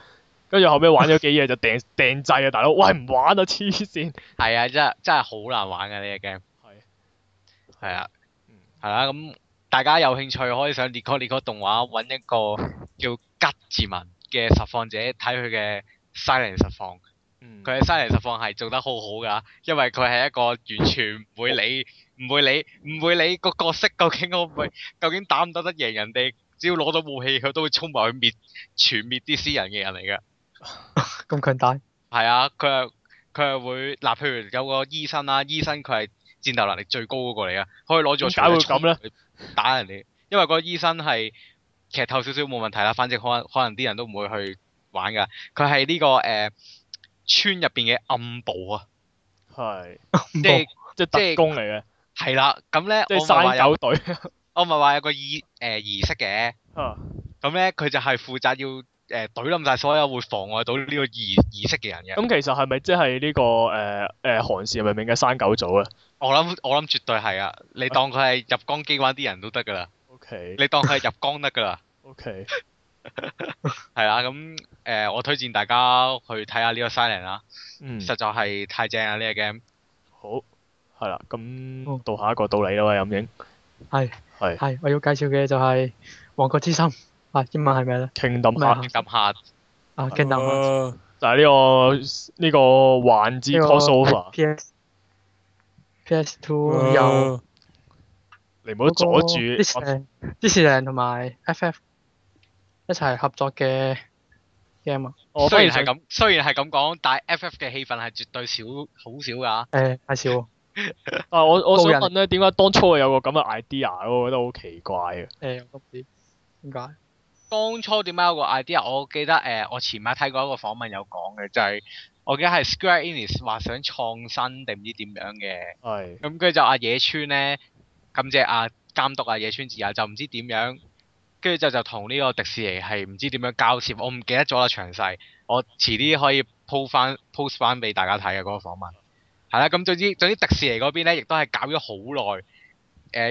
Speaker 1: 跟住後尾玩咗幾嘢就掟 掟掣啊，大佬，喂唔玩啊，黐線！
Speaker 2: 係啊，真係真係好難玩嘅呢只 game。
Speaker 1: 係
Speaker 2: 係啊
Speaker 1: 嗯，
Speaker 2: 係啦，咁大家有興趣可以上《列哥列哥》動畫揾一個叫吉志文嘅實況者睇佢嘅 silent 實況。
Speaker 1: 嗯，
Speaker 2: 佢嘅 silent 實況係做得好好㗎，因為佢係一個完全唔會理、唔會理、唔會理個角色究竟可唔可以、究竟打唔打得贏人哋，只要攞到武器佢都會衝埋去滅全滅啲私人嘅人嚟㗎。
Speaker 4: 咁強大，
Speaker 2: 係啊，佢係佢係會嗱，譬如有個醫生啦，醫生佢係戰鬥能力最高嗰個嚟噶，可以攞住個
Speaker 1: 點解會
Speaker 2: 錘仔
Speaker 1: 咁呢
Speaker 2: 衝去打人哋，因為個醫生係劇透少少冇問題啦，反正可能可能啲人都唔會去玩噶。佢係呢個誒、呃村入邊嘅暗部啊，
Speaker 1: 係
Speaker 2: 即係
Speaker 1: 即
Speaker 2: 即
Speaker 1: 係
Speaker 2: 係
Speaker 1: 特工嚟嘅，
Speaker 2: 係啦。咁咧
Speaker 1: 即
Speaker 2: 我
Speaker 1: 係
Speaker 2: 咪話
Speaker 1: 山狗
Speaker 2: 有
Speaker 1: 隊。
Speaker 2: 我咪話有個儀誒儀式嘅，
Speaker 1: 啊
Speaker 2: 咁咧佢就係負責要誒懟冧晒所有會妨礙到呢個儀儀式嘅人嘅。
Speaker 1: 咁其實係咪即係呢個誒誒韓氏文明嘅山狗組啊
Speaker 2: 我諗我諗絕對係啊！你當佢係入江機關啲人都得㗎啦，
Speaker 1: ？OK
Speaker 2: 你當佢係入江得㗎啦，
Speaker 1: OK，
Speaker 2: 係啦。咁誒、呃我推薦大家去睇下呢個 Silent 啦，
Speaker 1: 嗯，
Speaker 2: 實在係太正啊啦呢、個 game。
Speaker 1: 好係啦。咁
Speaker 4: 哦
Speaker 1: 到下一個到你啦喂，任影
Speaker 4: 係
Speaker 1: 係
Speaker 4: 係，我要介紹嘅就係《王國之心》啊，英文係咩咧？
Speaker 1: Kingdom
Speaker 4: 咩
Speaker 1: Heart
Speaker 4: 啊？
Speaker 2: 咁下
Speaker 4: 啊，Kingdom Hearts
Speaker 1: 啊就係呢個呢個環之
Speaker 4: 呢個
Speaker 1: crossover，
Speaker 4: PS PS Two 有
Speaker 1: 你唔好阻住
Speaker 4: 迪士
Speaker 1: 我
Speaker 4: 尼迪士尼同埋 FF 一齊合作嘅 game 啊，
Speaker 1: 我反而
Speaker 2: 雖然係
Speaker 1: 想
Speaker 2: 咁，雖然係咁講，但係 FF 嘅氣氛係絕對少好少㗎。
Speaker 4: 誒太少喎
Speaker 1: 啊！我我想
Speaker 4: 路人
Speaker 1: 問咧，點解當初有個咁嘅 idea 咯？我覺得好奇怪啊嘅。
Speaker 4: 誒，我都唔知點解
Speaker 2: 當初點解有個 idea？我記得誒、呃我前排睇過一個訪問有講嘅，就係、我記得係 Square Enix 話想創新定唔知點樣嘅，
Speaker 1: 係
Speaker 2: 咁跟住就阿野村咧，咁即係阿監督阿野村治也就唔知點樣，跟住就就同呢個迪士尼係唔知點樣交涉，我唔記得咗啦詳細，我遲啲可以 po 翻 post 翻俾大家睇嘅嗰個訪問。係啦，咁總之總之迪士尼嗰邊咧，亦都係搞咗好耐，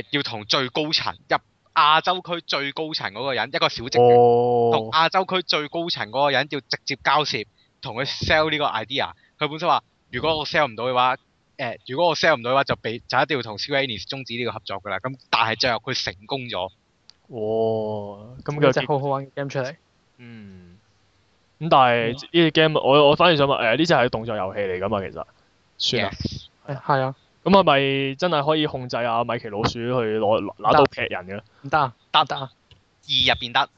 Speaker 2: 誒、要同最高層入亞洲區最高層嗰個人一個小職員。同
Speaker 1: 哦，
Speaker 2: 亞洲區最高層嗰個人要直接交涉，同佢 sell 呢個 idea。佢本身話：如果我 sell 唔到嘅話，誒、如果我 sell 唔到嘅話，就俾就一定要同 Square Enix 終止呢個合作㗎啦。咁但係最後佢成功咗，
Speaker 1: 哦，咁
Speaker 4: 有
Speaker 1: 嘅
Speaker 4: 隻
Speaker 1: 結
Speaker 4: 好好玩嘅 game 出嚟，
Speaker 1: 嗯，咁但係
Speaker 4: 嗯
Speaker 1: 呢只 game，我我反而想問，誒呢只係動作遊戲嚟噶嘛？其實算啦，
Speaker 2: Yes，
Speaker 4: 誒係啊，
Speaker 1: 咁係咪真係可以控制阿米奇老鼠去攞攞刀劈人嘅？
Speaker 4: 唔得啊，
Speaker 2: 得
Speaker 4: 唔得啊，
Speaker 2: 二入邊得，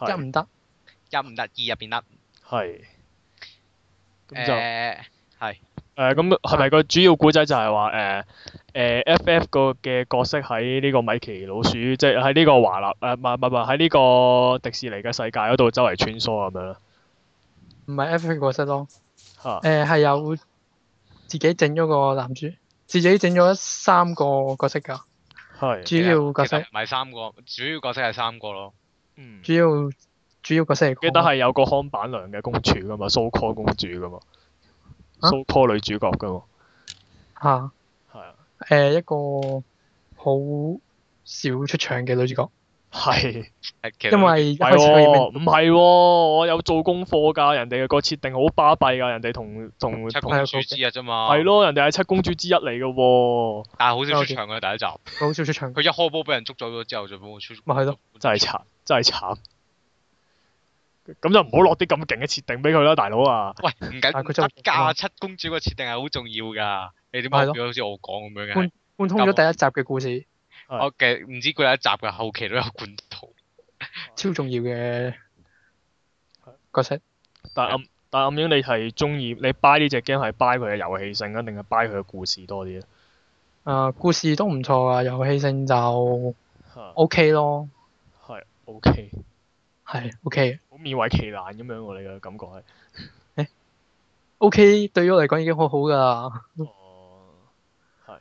Speaker 4: 一
Speaker 1: 係
Speaker 4: 唔得，
Speaker 2: 一唔得，二入邊得。
Speaker 1: 係。咁就
Speaker 2: 誒係
Speaker 1: 誒咁係咪個主要古仔就係話誒誒 FF 個嘅角色喺呢個米奇老鼠，即係喺呢個華納誒唔係唔係唔係喺呢個迪士尼嘅世界嗰度周圍穿梭咁樣啦
Speaker 4: 唔係 FF 角色咯。
Speaker 1: 嚇
Speaker 4: 誒係有自己整咗個男主，自己整咗三個角色㗎，
Speaker 1: 係
Speaker 4: 主要角色
Speaker 2: 其實唔係三個，主要角色係三個咯。
Speaker 1: 嗯
Speaker 4: 主要主要角色嚟講，
Speaker 1: 記得係有個康板娘嘅公主噶嘛，so call 公主噶嘛
Speaker 4: 啊
Speaker 1: ，so call 女主角噶嘛，
Speaker 4: 嚇
Speaker 1: 係啊，
Speaker 4: 誒一個好少出場嘅女主角，
Speaker 1: 係，
Speaker 2: 係其實
Speaker 4: 因為一
Speaker 1: 係
Speaker 4: 開始佢已
Speaker 1: 喎，
Speaker 4: 經
Speaker 1: 唔係喎，我有做功課㗎，人哋個設定好巴閉㗎，人哋同同
Speaker 2: 七
Speaker 1: 同
Speaker 2: 公主啊之一啫嘛。
Speaker 1: 係，咯，人哋係七公主之一嚟嘅喎，
Speaker 2: 但係好少出場嘅第一集，
Speaker 4: 好少出場，
Speaker 2: 佢一開波俾人捉咗咗之後就冇出。
Speaker 4: 咪係咯，
Speaker 1: 真係慘，真係慘。咁就唔好落啲咁勁嘅設定俾佢啦，大佬啊！
Speaker 2: 喂，唔緊
Speaker 4: 但係佢真係啊
Speaker 2: 得㗎，七公主個設定係好重要㗎。你點解
Speaker 4: 係咯
Speaker 2: 變咗好似我講咁樣嘅？
Speaker 4: 嗯貫通咗第一集嘅故事，
Speaker 1: 係
Speaker 2: 我嘅唔知佢有一集嘅後期都有管道，
Speaker 4: 超重要嘅角色，
Speaker 1: 但暗但暗影，你係中意你 buy 呢只 game 係 buy 佢嘅遊戲性啊，定係 buy 佢嘅故事多啲咧？
Speaker 4: 啊故事都唔錯啊，遊戲性就
Speaker 1: 嚇
Speaker 4: OK 咯，
Speaker 1: 哦係 OK，
Speaker 4: 係 OK 嘅
Speaker 1: 好勉為其難咁樣喎，你嘅感覺係。
Speaker 4: OK 對於我嚟講已經好好㗎啦。
Speaker 1: 哦，係。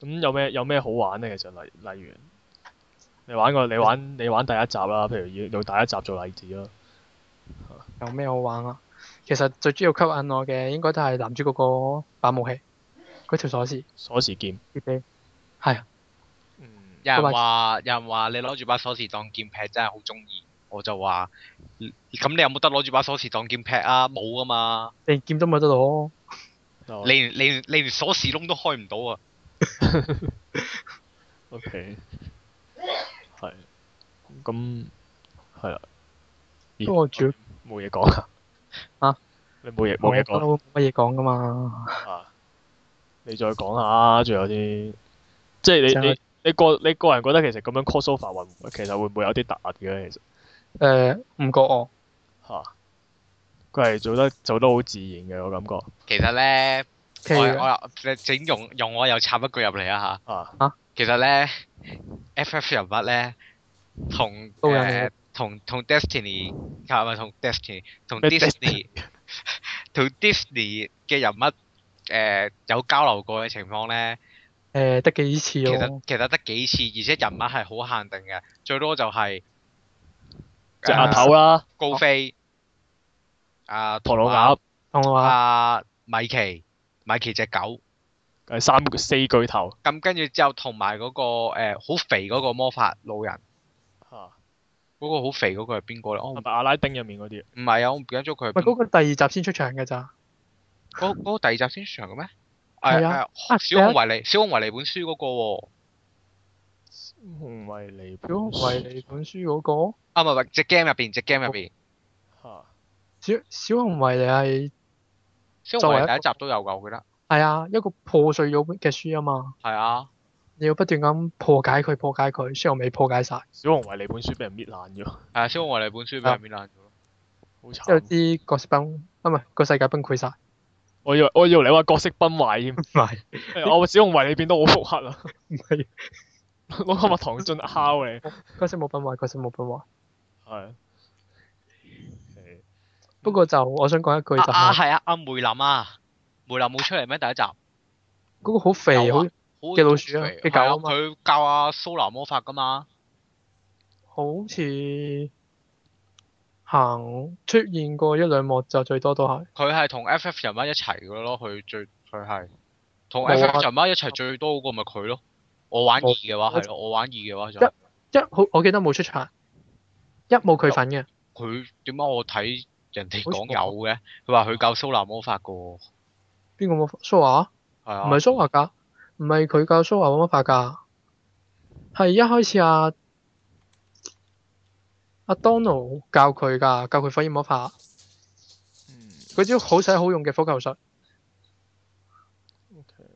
Speaker 1: 咁有咩有咩好玩呢？其實例例如，你玩過你玩你玩第一集啦，譬如要用第一集做例子啦。
Speaker 4: 有咩好玩啊？其實最主要吸引我嘅應該都係男主角嗰把武器，嗰條鎖匙
Speaker 1: 鎖匙劍。
Speaker 4: 自己係啊，
Speaker 1: 嗯。
Speaker 2: 有人話有人話你攞住把鎖匙當劍劈真係好中意，我就話嗯咁你有冇得攞住把鎖匙當劍劈啊？冇噶嘛，
Speaker 4: 連劍都冇得攞，
Speaker 1: 你
Speaker 4: 哦
Speaker 2: 你連你連你連鎖匙窿都開唔到啊！
Speaker 1: O.K. 係，咁係啦。
Speaker 4: 不過主要
Speaker 1: 冇嘢講啊！
Speaker 4: 啊，
Speaker 1: 你冇嘢冇嘢
Speaker 4: 我
Speaker 1: 講
Speaker 4: 都冇乜嘢講噶嘛。
Speaker 1: 啊！你再講下，啊仲有啲即係
Speaker 4: 就
Speaker 1: 你
Speaker 4: 係
Speaker 1: 你你個你個人覺得其實咁樣 crossover 會唔其實會唔會有啲突兀嘅咧？其實
Speaker 4: 誒唔覺我
Speaker 1: 嚇，佢係做得做得好自然嘅，我感覺
Speaker 2: 其實咧，
Speaker 4: 譬
Speaker 2: 我
Speaker 4: 如
Speaker 2: 我又整容容我又插一句入嚟啊
Speaker 1: 啊
Speaker 2: 嚇，其實咧 FF 人物咧同呃
Speaker 4: 都有
Speaker 2: 啊誒同同 Destiny 係咪同 Destiny 同
Speaker 1: 咩
Speaker 2: Disney 同 Disney 嘅人物诶、呃有交流過嘅情況咧，
Speaker 4: 誒得幾次
Speaker 2: 其實
Speaker 4: 咯，
Speaker 2: 其實得幾次，而且人物係好限定嘅，最多就係、
Speaker 1: 隻
Speaker 2: 呃
Speaker 1: 阿頭啦，
Speaker 2: 高飛啊，
Speaker 1: 唐老
Speaker 2: 同
Speaker 1: 鴨，
Speaker 4: 同我話
Speaker 2: 啊米奇，米奇隻狗，
Speaker 1: 誒三四巨頭。
Speaker 2: 咁跟住之後同埋嗰個呃好、肥嗰個魔法老人，嗰、個好肥嗰個係邊個咧？哦
Speaker 1: 係，咪阿拉丁入面嗰啲？
Speaker 2: 唔係啊，我唔記得咗佢係
Speaker 4: 喂
Speaker 2: 邊個
Speaker 4: 嗰個第二集先出場㗎咋，
Speaker 2: 嗰嗰個第二集先上嘅咩？
Speaker 4: 係
Speaker 2: 係
Speaker 4: 啊
Speaker 2: 啊，
Speaker 4: 啊
Speaker 2: 小孔維尼，小孔維尼本書嗰個喎，
Speaker 1: 唔係尼本
Speaker 4: 如果唔係你本書嗰個
Speaker 2: 啊唔係唔係，只 game 入邊，只 game 入邊，
Speaker 1: 嚇
Speaker 4: 小小紅維尼係
Speaker 2: 小
Speaker 4: 作
Speaker 2: 孔
Speaker 4: 為
Speaker 2: 維尼
Speaker 4: 一個
Speaker 2: 第一集都有㗎，我記得。
Speaker 4: 係啊一個破碎咗嘅書啊嘛，
Speaker 2: 係啊，
Speaker 4: 你要不斷咁破解佢破解佢，雖然我未破解晒，
Speaker 1: 小紅為尼本書俾人搣爛咗，
Speaker 2: 係啊，小孔維尼本書俾人搣爛咗咯。
Speaker 1: 好
Speaker 4: 之後
Speaker 1: 慘。
Speaker 4: 啲角色崩啊唔係個世界崩潰晒。唔
Speaker 1: 我以為我以為你話角色崩壞 添，
Speaker 4: 係
Speaker 1: 誒我小紅為你變到好腹黑啊！
Speaker 4: 唔係
Speaker 1: 攞個蜜糖樽敲你，
Speaker 4: 角色冇崩壞，角色冇崩壞。
Speaker 1: 係。
Speaker 4: 不過就我想講一句就
Speaker 2: 啊啊
Speaker 4: 係
Speaker 2: 係啊，阿梅林啊，梅林冇出嚟咩？第一集好
Speaker 4: 嗰個好肥
Speaker 2: 有啊
Speaker 4: 好嘅老鼠啊
Speaker 2: 肥
Speaker 4: 嘅狗啊
Speaker 2: 係
Speaker 4: 嘛
Speaker 2: 佢教阿蘇拿魔法㗎嘛，
Speaker 4: 好似行出現過一兩幕就最多都係
Speaker 2: 佢係同 FF 人物一齊㗎咯，佢最佢係同
Speaker 4: 冇啊
Speaker 2: FF 人物一齊最多嗰個咪佢咯。我玩二嘅話係咯，我玩二嘅話就係
Speaker 4: 一好，我記得冇出場，一冇佢份嘅，
Speaker 2: 佢點解我睇人哋
Speaker 4: 好似哦
Speaker 2: 講
Speaker 4: 冇
Speaker 2: 有嘅？佢話佢教蘇拿魔法㗎喎。
Speaker 4: 邊個冇蘇華？
Speaker 2: 係
Speaker 4: 唔
Speaker 2: 啊，
Speaker 4: 係蘇華㗎，唔係佢教蘇華玩乜法㗎，係一開始啊阿 Donald 教佢㗎，教佢火焰魔法，
Speaker 1: 嗯
Speaker 4: 嗰招好使好用嘅火球術，
Speaker 1: ，OK。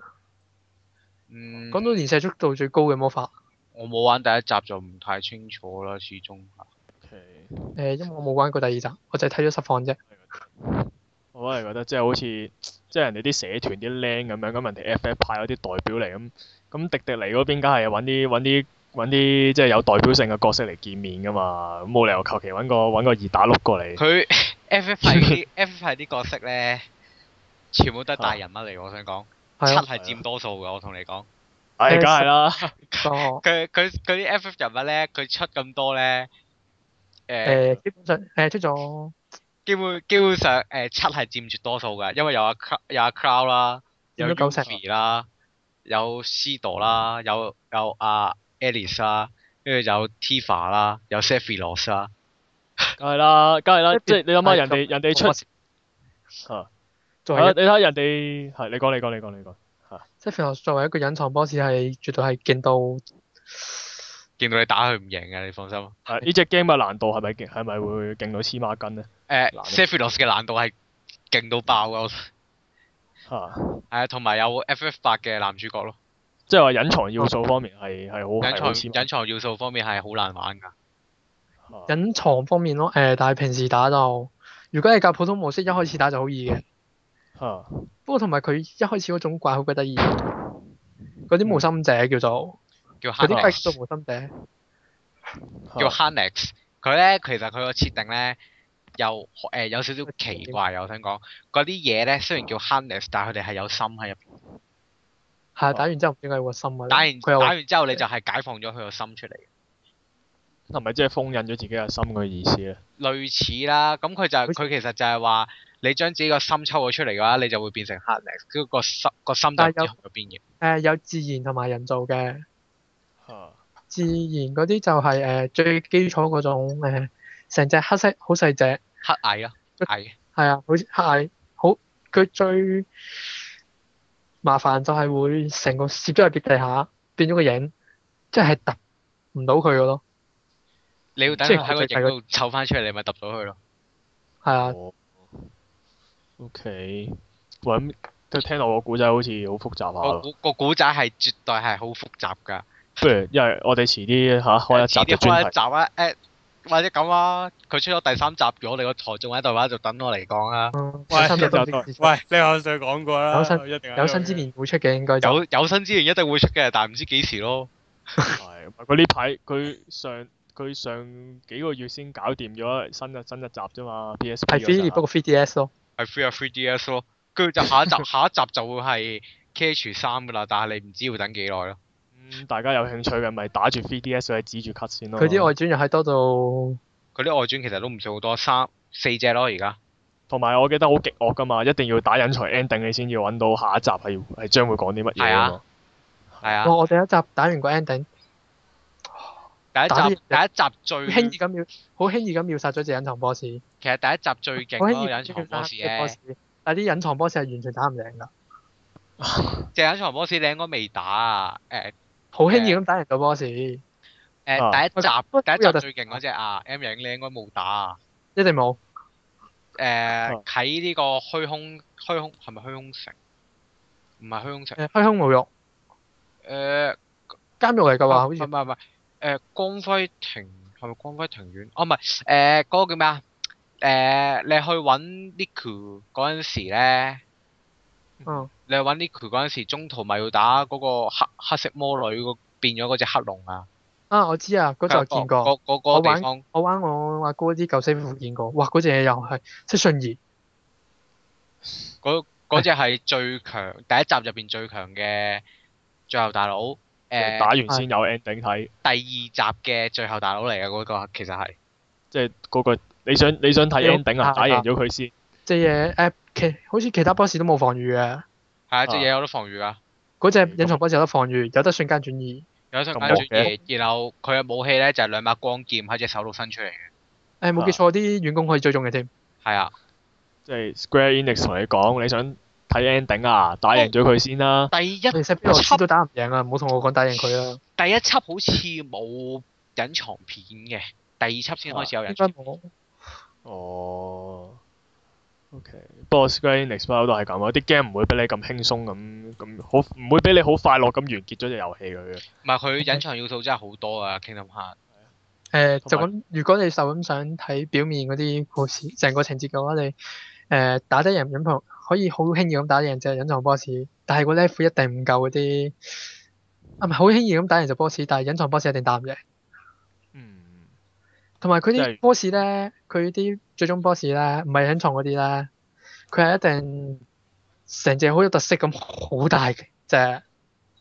Speaker 2: 嗯，
Speaker 4: 講到連射速度最高嘅魔法。
Speaker 2: 我冇玩第一集就唔太清楚啦，始終
Speaker 1: OK。
Speaker 4: 誒、呃因為我冇玩過第二集，我就係睇咗實況啫。
Speaker 1: 我都係覺得即係好似即係人哋啲社團啲僆咁樣，咁人哋 FF 派嗰啲代表嚟咁，咁迪迪尼嗰邊梗係揾啲揾啲揾啲即係有代表性嘅角色嚟見面噶嘛，咁冇理由求其揾個揾個二打六過嚟。
Speaker 2: 佢 FF 係 FF 係啲角色咧，全部都係大人物嚟。我想講，七
Speaker 4: 係啊，
Speaker 2: 係佔多數嘅。我同你講，
Speaker 1: 唉、梗係啦，
Speaker 4: 個
Speaker 2: 佢佢佢啲 FF 人物咧，佢出咁多咧，誒
Speaker 4: 誒呃基本上誒、出咗
Speaker 2: 基本基本上誒七係佔絕多數嘅，因為有阿 Cl- 有阿 Cloud 啦，有
Speaker 4: 佔咗九成
Speaker 2: Yuffie 啦，有 Sido 啦，有有阿 Alice 啦，跟住有 Tifa 啦，有 Sephiroth 啦。
Speaker 1: 梗係啦，梗係啦，
Speaker 4: 一
Speaker 1: 即係你諗下人
Speaker 4: 係
Speaker 1: 哋人哋出
Speaker 4: 我
Speaker 1: 嚇，
Speaker 4: 作
Speaker 1: 係啊
Speaker 4: 為
Speaker 1: 你睇下人哋係你講你講你講你講，
Speaker 4: 即係作為一個隱藏 boss 係絕對係勁到
Speaker 2: 見到你打佢唔贏嘅，你放心。誒、
Speaker 1: 係啊呢只 game 嘅難度係咪勁係咪會勁到黐孖筋咧？難啊
Speaker 2: Sephiroth 呃嘅難度係勁到爆嘅，係
Speaker 1: 嚇，
Speaker 2: 啊，同埋有 FF 八嘅男主角咯。
Speaker 1: 即係話隱藏要素方面係係好係
Speaker 2: 隱藏
Speaker 1: 好黐孖
Speaker 2: 隱藏要素方面係好難玩㗎。
Speaker 1: 嚇
Speaker 4: 隱藏方面咯。誒、呃但係平時打就，如果係教普通模式，一開始打就好易嘅。
Speaker 1: 嚇。
Speaker 4: 不過同埋佢一開始嗰種怪好鬼得意，嗰
Speaker 2: 嗯
Speaker 4: 啲無心者叫做，
Speaker 2: 叫
Speaker 4: 嗰啲怪
Speaker 2: Hanex，
Speaker 4: 叫做無心者。哦
Speaker 2: 叫 Hanex。佢咧其實佢個設定咧又誒、有少少奇怪啊嘅，我想講嗰啲嘢咧雖
Speaker 4: 哦
Speaker 2: 然叫 Hanex，但係佢哋係有心喺入邊。
Speaker 4: 係啊打完之後唔知點解會有心啊！
Speaker 2: 哦打
Speaker 4: 佢
Speaker 2: 完打
Speaker 4: 又
Speaker 2: 完之後，你就係解放咗佢個心出嚟，
Speaker 1: 係咪即係封印咗自己嘅心嘅意思啊咧？
Speaker 2: 類似啦。咁佢就
Speaker 4: 好似
Speaker 2: 佢其實就係話，你將自己個心抽咗出嚟嘅話，你就會變成 Hanex，跟住個心個心就唔
Speaker 4: 但
Speaker 2: 知
Speaker 4: 係有
Speaker 2: 去咗邊嘅。
Speaker 4: 誒、呃有自然同埋人造嘅。
Speaker 1: 嚇
Speaker 4: 自然嗰啲就係、誒、最基礎嗰種誒成、隻黑色好細隻。
Speaker 2: 黑矮咯，矮
Speaker 4: 係啊，好似黑矮，好佢最麻煩就係會成個攝咗入地下，變咗個影，即係揼唔到佢嘅咯。
Speaker 2: 你要等
Speaker 4: 即
Speaker 2: 佢
Speaker 4: 係
Speaker 2: 喺個
Speaker 4: 佢就係
Speaker 2: 影度湊翻出嚟，你咪揼到佢咯。
Speaker 4: 係啊，
Speaker 1: 哦 OK，喂咁都聽落個古仔好似好複雜下
Speaker 4: 哦
Speaker 2: 個
Speaker 1: 喎。
Speaker 2: 古個古仔係絕對係好複雜㗎。
Speaker 1: 不如因為我哋遲啲嚇開一集
Speaker 2: 遲
Speaker 1: 嘅
Speaker 2: 啲開
Speaker 1: 專
Speaker 2: 一
Speaker 1: 題，
Speaker 2: 集啊！誒，或者咁啊，佢出咗第三集，如果你個台仲喺度嘅話，就等我嚟講啊。
Speaker 4: 嗯
Speaker 3: 喂
Speaker 4: 有生之
Speaker 1: 就
Speaker 4: 年
Speaker 3: 喂，你口水講過啦，
Speaker 4: 有生
Speaker 3: 一定係
Speaker 4: 有生之年會出嘅應該就
Speaker 2: 有有生之年一定會出嘅，但係唔知幾時咯。
Speaker 1: 係佢呢排佢上佢上幾個月先搞掂咗新一新一集啫嘛。P.S.
Speaker 4: 係 3D，不過 3DS 咯，
Speaker 2: 係 Free 啊 Free DS 咯，跟住就下 一集下一集就會係 KH 三噶啦，但係你唔知要等幾耐咯。
Speaker 1: 咁嗯大家有興趣嘅咪打住 3DS 或者指住 cut 先咯。
Speaker 4: 佢
Speaker 2: 哦
Speaker 4: 啲外傳又係多到
Speaker 2: 佢啲外傳其實都唔算好多，三四隻咯而家。
Speaker 1: 同埋我記得好極惡噶嘛，一定要打隱藏 ending 你先要揾到下一集係要係將會講啲乜嘢啊嘛。
Speaker 2: 係啊，
Speaker 1: 哦
Speaker 4: 我我第一集打完個 ending，
Speaker 2: 第一集第
Speaker 4: 打
Speaker 2: 一集最
Speaker 4: 輕易咁秒，好輕易咁秒殺咗隻隱藏 boss，好
Speaker 2: 其實第一集最勁
Speaker 4: 輕
Speaker 2: 咯，
Speaker 4: 易
Speaker 2: 隱
Speaker 4: 咁
Speaker 2: 藏
Speaker 4: 秒殺
Speaker 2: boss
Speaker 4: 咗隻
Speaker 2: 咧。
Speaker 4: boss，但係啲隱藏 boss 係完全打唔贏噶，
Speaker 2: 鄭隱藏 boss 你應該未打啊？誒
Speaker 4: 好輕易咁打贏個 boss，一
Speaker 1: 啊
Speaker 2: 誒，第一集
Speaker 4: 喂
Speaker 2: 第
Speaker 4: 有
Speaker 2: 一
Speaker 4: 得
Speaker 2: 集最勁嗰只啊，M 影你應該冇打啊。
Speaker 4: 定冇哦
Speaker 2: 誒呃喺呢個虛空虛空係咪虛空城？唔係虛空城。
Speaker 4: 誒虛空無肉
Speaker 2: 誒
Speaker 4: 監獄嚟噶話，
Speaker 2: 啊
Speaker 4: 好似
Speaker 2: 唔係唔係唔係，誒光輝庭係咪光輝庭院？哦，唔係，誒嗰個叫咩啊？誒你去揾 Niku 嗰陣時咧，
Speaker 4: 嗯
Speaker 2: 你去揾 Niku 嗰陣時，中途咪要打嗰個黑黑色魔女嗰變咗嗰只黑龍啊！
Speaker 4: 啊我知啊，嗰集我見過。
Speaker 2: 嗰嗰嗰
Speaker 4: 我
Speaker 2: 個
Speaker 4: 玩
Speaker 2: 地方
Speaker 4: 我玩我阿哥啲舊西服見過，哇！嗰隻嘢又係即係信義，
Speaker 2: 嗰嗰只係最強第一集入邊最強嘅最後大佬。呃誒
Speaker 1: 打完先有 ending 睇，
Speaker 2: 第二集嘅最後大佬嚟嘅嗰個其實係
Speaker 1: 即係嗰個你想你想睇 ending 啊，打贏咗佢先。
Speaker 4: 隻嘢誒其好似其他 boss 都冇防禦嘅，
Speaker 2: 係啊，隻嘢有得防禦㗎。
Speaker 4: 嗰隻隱藏 boss 有得防禦，有得瞬間轉移。
Speaker 2: 有一瞬間
Speaker 1: 咁惡
Speaker 2: 轉移，然後佢嘅武器咧就係兩把光劍喺隻手度伸出嚟嘅，
Speaker 4: 誒冇記錯，啲員工可以追蹤嘅添。
Speaker 2: 係啊。
Speaker 1: 即係 Square Enix 同你講，你想睇 ending 啊，打贏咗佢先啦。
Speaker 2: 第一第一
Speaker 4: 你使邊個知都打唔贏啊！唔好同我講打贏佢啊啦，
Speaker 2: 輯好似冇隱藏片嘅，第二輯先開始有隱
Speaker 4: 應該
Speaker 2: 藏。
Speaker 4: 冇。
Speaker 1: 哦，OK。不過 Square Enix 不嬲都係咁啊，啲 game 唔會俾你咁輕鬆咁咁好，唔會俾你好快樂咁完結咗隻遊戲佢嘅。
Speaker 2: 唔係佢隱藏要素真係好多啊，Kingdom Heart。
Speaker 4: 誒呃就
Speaker 1: 同埋
Speaker 4: 咁，如果你就咁想睇表面嗰啲 故事，成個情節嘅話，你誒打得贏隱藏可以好輕易咁打贏隻隱藏 boss，但係個 level 一定唔夠嗰啲，啊唔係好輕易咁打贏隻 boss，但係隱藏 boss 一定打唔贏。
Speaker 1: 嗯，
Speaker 4: 同埋佢
Speaker 1: 即係
Speaker 4: 啲 boss 咧，佢啲最終 boss 咧，唔係隱藏嗰啲咧，佢係一定成隻好有特色咁，好大嘅隻，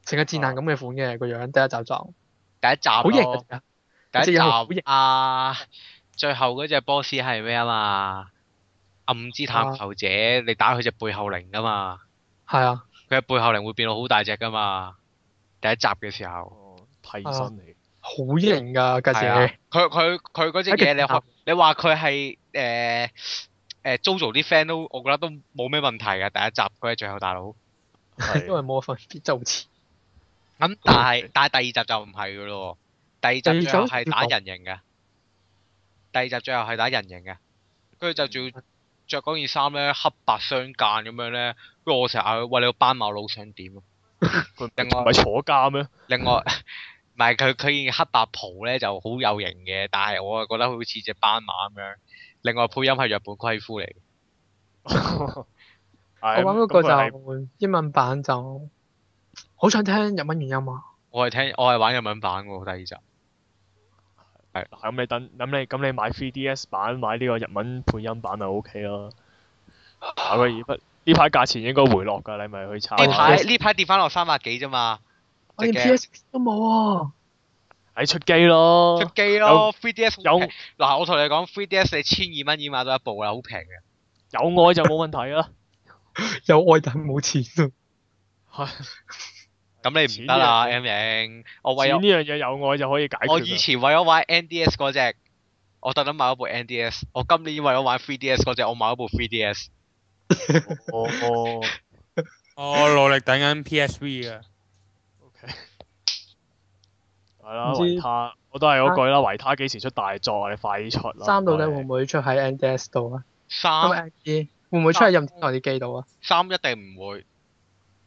Speaker 4: 成個戰艦咁嘅款嘅個樣，第一集就
Speaker 2: 第一
Speaker 1: 哦
Speaker 4: 好
Speaker 2: 集
Speaker 4: 型啊嘅
Speaker 2: 咯，
Speaker 4: 隻，
Speaker 2: 第一
Speaker 4: 隻嘢好
Speaker 2: 集
Speaker 4: 型
Speaker 2: 啊，最後嗰只 boss 係咩啊嘛？暗之探求者，你打佢隻背後靈噶嘛？
Speaker 4: 係啊，
Speaker 2: 佢嘅背後靈會變到好大隻噶嘛？第一集嘅時候。
Speaker 1: 哦，替身嚟。
Speaker 4: 好型㗎架
Speaker 2: 係啊
Speaker 4: 嘢，，
Speaker 2: 佢佢佢嗰只嘢你可你話佢係誒誒 JoJo 啲 friend 都，我覺得都冇咩問題嘅。第一集佢係最後大佬，
Speaker 1: 係
Speaker 4: 因為冇分別就似。
Speaker 2: 咁但係但係第二集就唔係嘅咯喎，第二集最後係打人形嘅，第二集最後係打人形嘅，跟住就仲要着嗰件衫咧黑白相間咁樣咧，跟住我成日嗌佢喂你個斑馬佬想點啊？
Speaker 1: 佢
Speaker 2: 另外
Speaker 1: 唔係坐監 咩？
Speaker 2: 另外 唔係佢佢件黑白袍咧就好有型嘅，但係我啊覺得好似只斑馬咁樣。另外配音係日本龜夫嚟嘅。
Speaker 1: 我
Speaker 4: 我玩嗰個就英文版就好想聽日文原音啊！
Speaker 2: 我係聽，我係玩日文版喎，第二集。
Speaker 1: 哦咁你等咁你咁你買 3DS 版買呢個日文配音版咪 OK 咯。
Speaker 4: 啊
Speaker 1: 打個二筆呢排價錢應該回落㗎，你咪去炒。
Speaker 2: 呢排
Speaker 4: PS
Speaker 2: 呢排跌翻落三百幾啫嘛，
Speaker 4: 我連
Speaker 2: 隻
Speaker 4: PS 都冇啊！
Speaker 1: 喺出機咯
Speaker 2: 出，機咯，3DS
Speaker 1: 哦有
Speaker 2: 好平嗱，我同你講，3DS 你千二蚊已經買到一部啦，好平嘅。
Speaker 1: 有愛就冇問題 啦。
Speaker 4: 有愛但 冇錢啊！
Speaker 2: 咁你唔得啦，M 影，我為
Speaker 1: 啊錢呢啊樣
Speaker 2: 咗
Speaker 1: 嘢有愛就可以解決㗎。
Speaker 2: 我以前為咗玩 NDS 嗰只，我特登買咗部 NDS，我今年為咗玩 3DS 嗰只，我買咗部 3DS。
Speaker 1: 哦哦
Speaker 3: 我努力等緊 PSV 嘅。
Speaker 1: ，OK。係啦，
Speaker 4: 唔知啊
Speaker 1: 維他，我都係嗰句啦。維他幾時出大作啊？你快啲出啦！
Speaker 4: 三到底
Speaker 1: 唔該
Speaker 4: 會唔會出喺 NDS 度啊？咁
Speaker 2: 三
Speaker 4: ND 會唔會出喺任天堂啲機度啊？
Speaker 2: 三一定唔會，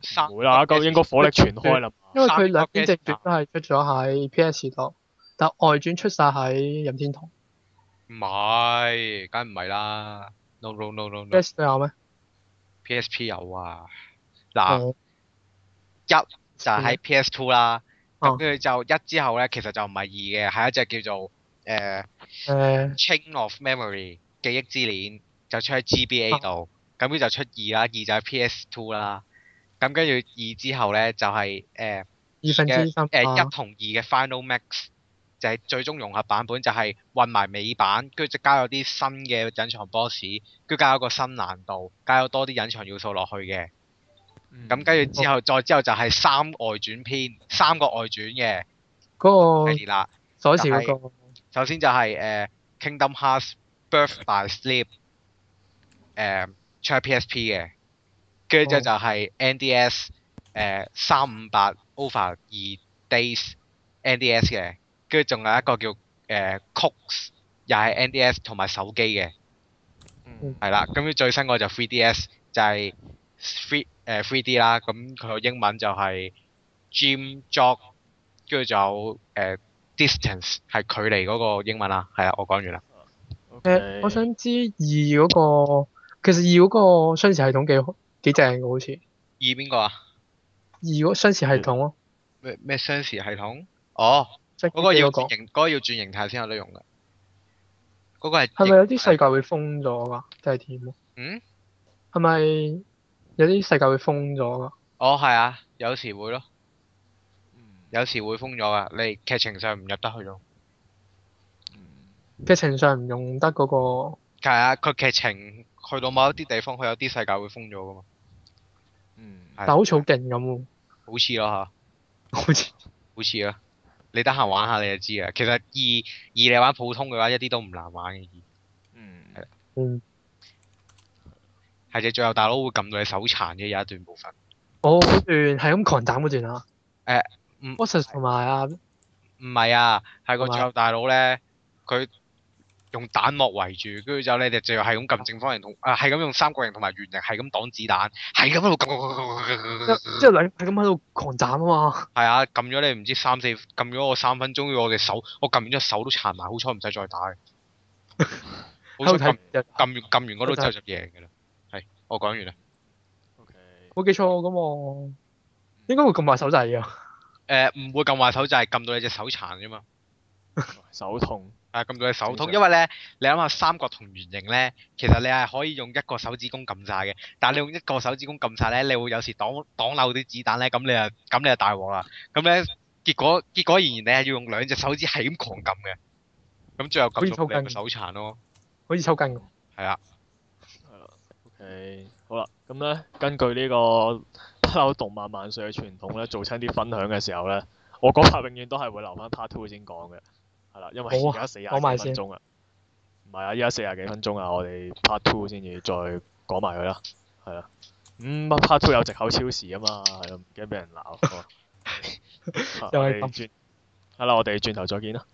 Speaker 2: 三
Speaker 1: 你唔會啦，咁應該火力全開啦嘛。
Speaker 4: 因為佢兩邊正傳都係出咗喺 PS 度，但外傳出晒喺任天堂。
Speaker 2: 唔係，梗唔係啦，no no no no no。
Speaker 4: PS 都有咩？
Speaker 2: PSP 有啊，嗱
Speaker 4: 哦嗯
Speaker 2: 就喺 PS Two 啦，
Speaker 4: 哦
Speaker 2: 咁跟住就一之後咧，其實就唔係二嘅，係一隻叫做呃誒
Speaker 4: 誒哦
Speaker 2: Chain of Memory 記憶之鏈，就出喺 GBA 度。咁跟住就出二啦，二就係 PS Two 啦。咁跟住二之後咧就係、呃誒
Speaker 4: 二分之
Speaker 2: 誒
Speaker 4: 三啊
Speaker 2: 呃一同二嘅 Final Max，就係最終融合版本，就係混埋美版，跟住就加咗啲新嘅隱藏 boss，跟住加咗個新難度，加咗多啲隱藏要素落去嘅。咁跟
Speaker 4: 哦
Speaker 2: 住之後，再之後就係三外傳篇，三個外傳嘅
Speaker 4: 嗰個
Speaker 2: 系列啦。
Speaker 4: 鎖匙嗰個
Speaker 2: 首先就係、呃 Kingdom Hearts Birth by Sleep，誒、出喺呃 PSP 嘅，跟住之後就係 NDS 誒呃三五八 Over 二 Days NDS 嘅，跟住仲有一個叫誒、呃、Cooks，又係 NDS 同埋手機嘅，
Speaker 4: 嗯
Speaker 2: 係啦，咁最新嗰個就 3DS 就係 three 誒 3D 啦，咁佢個英文就係 Gym Jog，跟住仲有誒 distance 係距離嗰個英文啦，係啊，我講完啦。
Speaker 4: 誒，呃我想知二嗰個其實二嗰個相似系統幾好幾正嘅，好似
Speaker 2: 二邊個啊？
Speaker 4: 二嗰相似系統咯，
Speaker 2: 咩咩相似系統？哦，
Speaker 4: 即係
Speaker 2: 嗯嗰、個要轉
Speaker 4: 嗰個
Speaker 2: 形，嗰、個要轉形態先有得用嘅。嗰、個係
Speaker 4: 係咪有啲世
Speaker 2: 形態？
Speaker 4: 界會封咗㗎？定係點啊？
Speaker 2: 嗯，
Speaker 4: 係咪有啲世界會封咗㗎？
Speaker 2: 哦係啊，有時會咯，
Speaker 1: 嗯
Speaker 2: 有時會封咗噶，你劇情上唔入得去咯。
Speaker 4: 嘅情上唔用得嗰個
Speaker 2: 係啊，佢劇情去到某一啲地方，佢有啲世界會封咗噶嘛。係
Speaker 4: 但好似好勁咁喎，
Speaker 2: 好似咯嚇。
Speaker 4: 好似
Speaker 2: 好似啊，你得閒玩下你就知啊。其實二二你玩普通嘅話，一啲都唔難玩嘅。
Speaker 4: 嗯，
Speaker 2: 係隻最後大佬會撳到你手殘嘅有一段部分。
Speaker 4: 我嗰段係咁狂斬嗰段啊，
Speaker 2: 誒嗯
Speaker 4: w a t 同埋啊，
Speaker 2: 唔係啊，係個
Speaker 4: 係嘛
Speaker 2: 最後大佬咧，佢用彈幕圍住，跟住之後咧，你就係咁撳正方形同啊，係咁用三角形同埋圓形，係咁擋子彈，係咁喺度撳撳撳撳撳撳撳撳
Speaker 4: 即係兩係咁喺度狂斬啊嘛，
Speaker 2: 係啊，撳咗你唔知三四，撳咗我三分鐘，我隻手，我撳完咗手都殘埋，好彩唔使再打嘅。好
Speaker 4: 喺度
Speaker 2: 彩
Speaker 4: 睇
Speaker 2: 撳撳完
Speaker 4: 唔入。
Speaker 2: 撳完嗰度之後就贏嘅啦。係，我講完啦。
Speaker 4: 冇記錯咁我應該會咁埋手掣㗎。
Speaker 2: 誒呃唔、會撳壞手，就係撳到你隻手殘啫嘛。
Speaker 1: 手痛，
Speaker 2: 啊，撳到你手
Speaker 1: 正
Speaker 2: 痛，
Speaker 1: 常
Speaker 2: 因為咧，你諗下三角同圓形咧，其實你係可以用一個手指公撳晒嘅，但係你用一個手指公撳晒咧，你會有時擋擋漏啲子彈咧，咁你啊咁你啊大鑊啦。咁咧結果結果仍然你係要用兩隻手指係咁狂撳嘅，咁最後
Speaker 4: 好似
Speaker 2: 撳到
Speaker 4: 抽筋
Speaker 2: 你咪手殘咯。
Speaker 4: 好似抽筋喎。
Speaker 2: 係啦，
Speaker 1: OK，好啦，咁咧根據呢個不朽動漫萬歲嘅傳統咧，做親啲分享嘅時候咧，我嗰 part 永遠都係會留翻 part two 先講嘅，係啦，因為
Speaker 4: 好
Speaker 1: 而
Speaker 4: 啊
Speaker 1: 家四廿
Speaker 4: 講
Speaker 1: 幾
Speaker 4: 埋
Speaker 1: 分鐘啊，唔係啊，依家四廿幾分鐘啊，我哋 part two 先至再講埋佢啦，係啦，咁 part two 有藉口超時啊嘛，係咯 唔驚俾人鬧，好啊
Speaker 4: 又係咁
Speaker 1: 我哋轉係啦，我哋轉頭再見啦，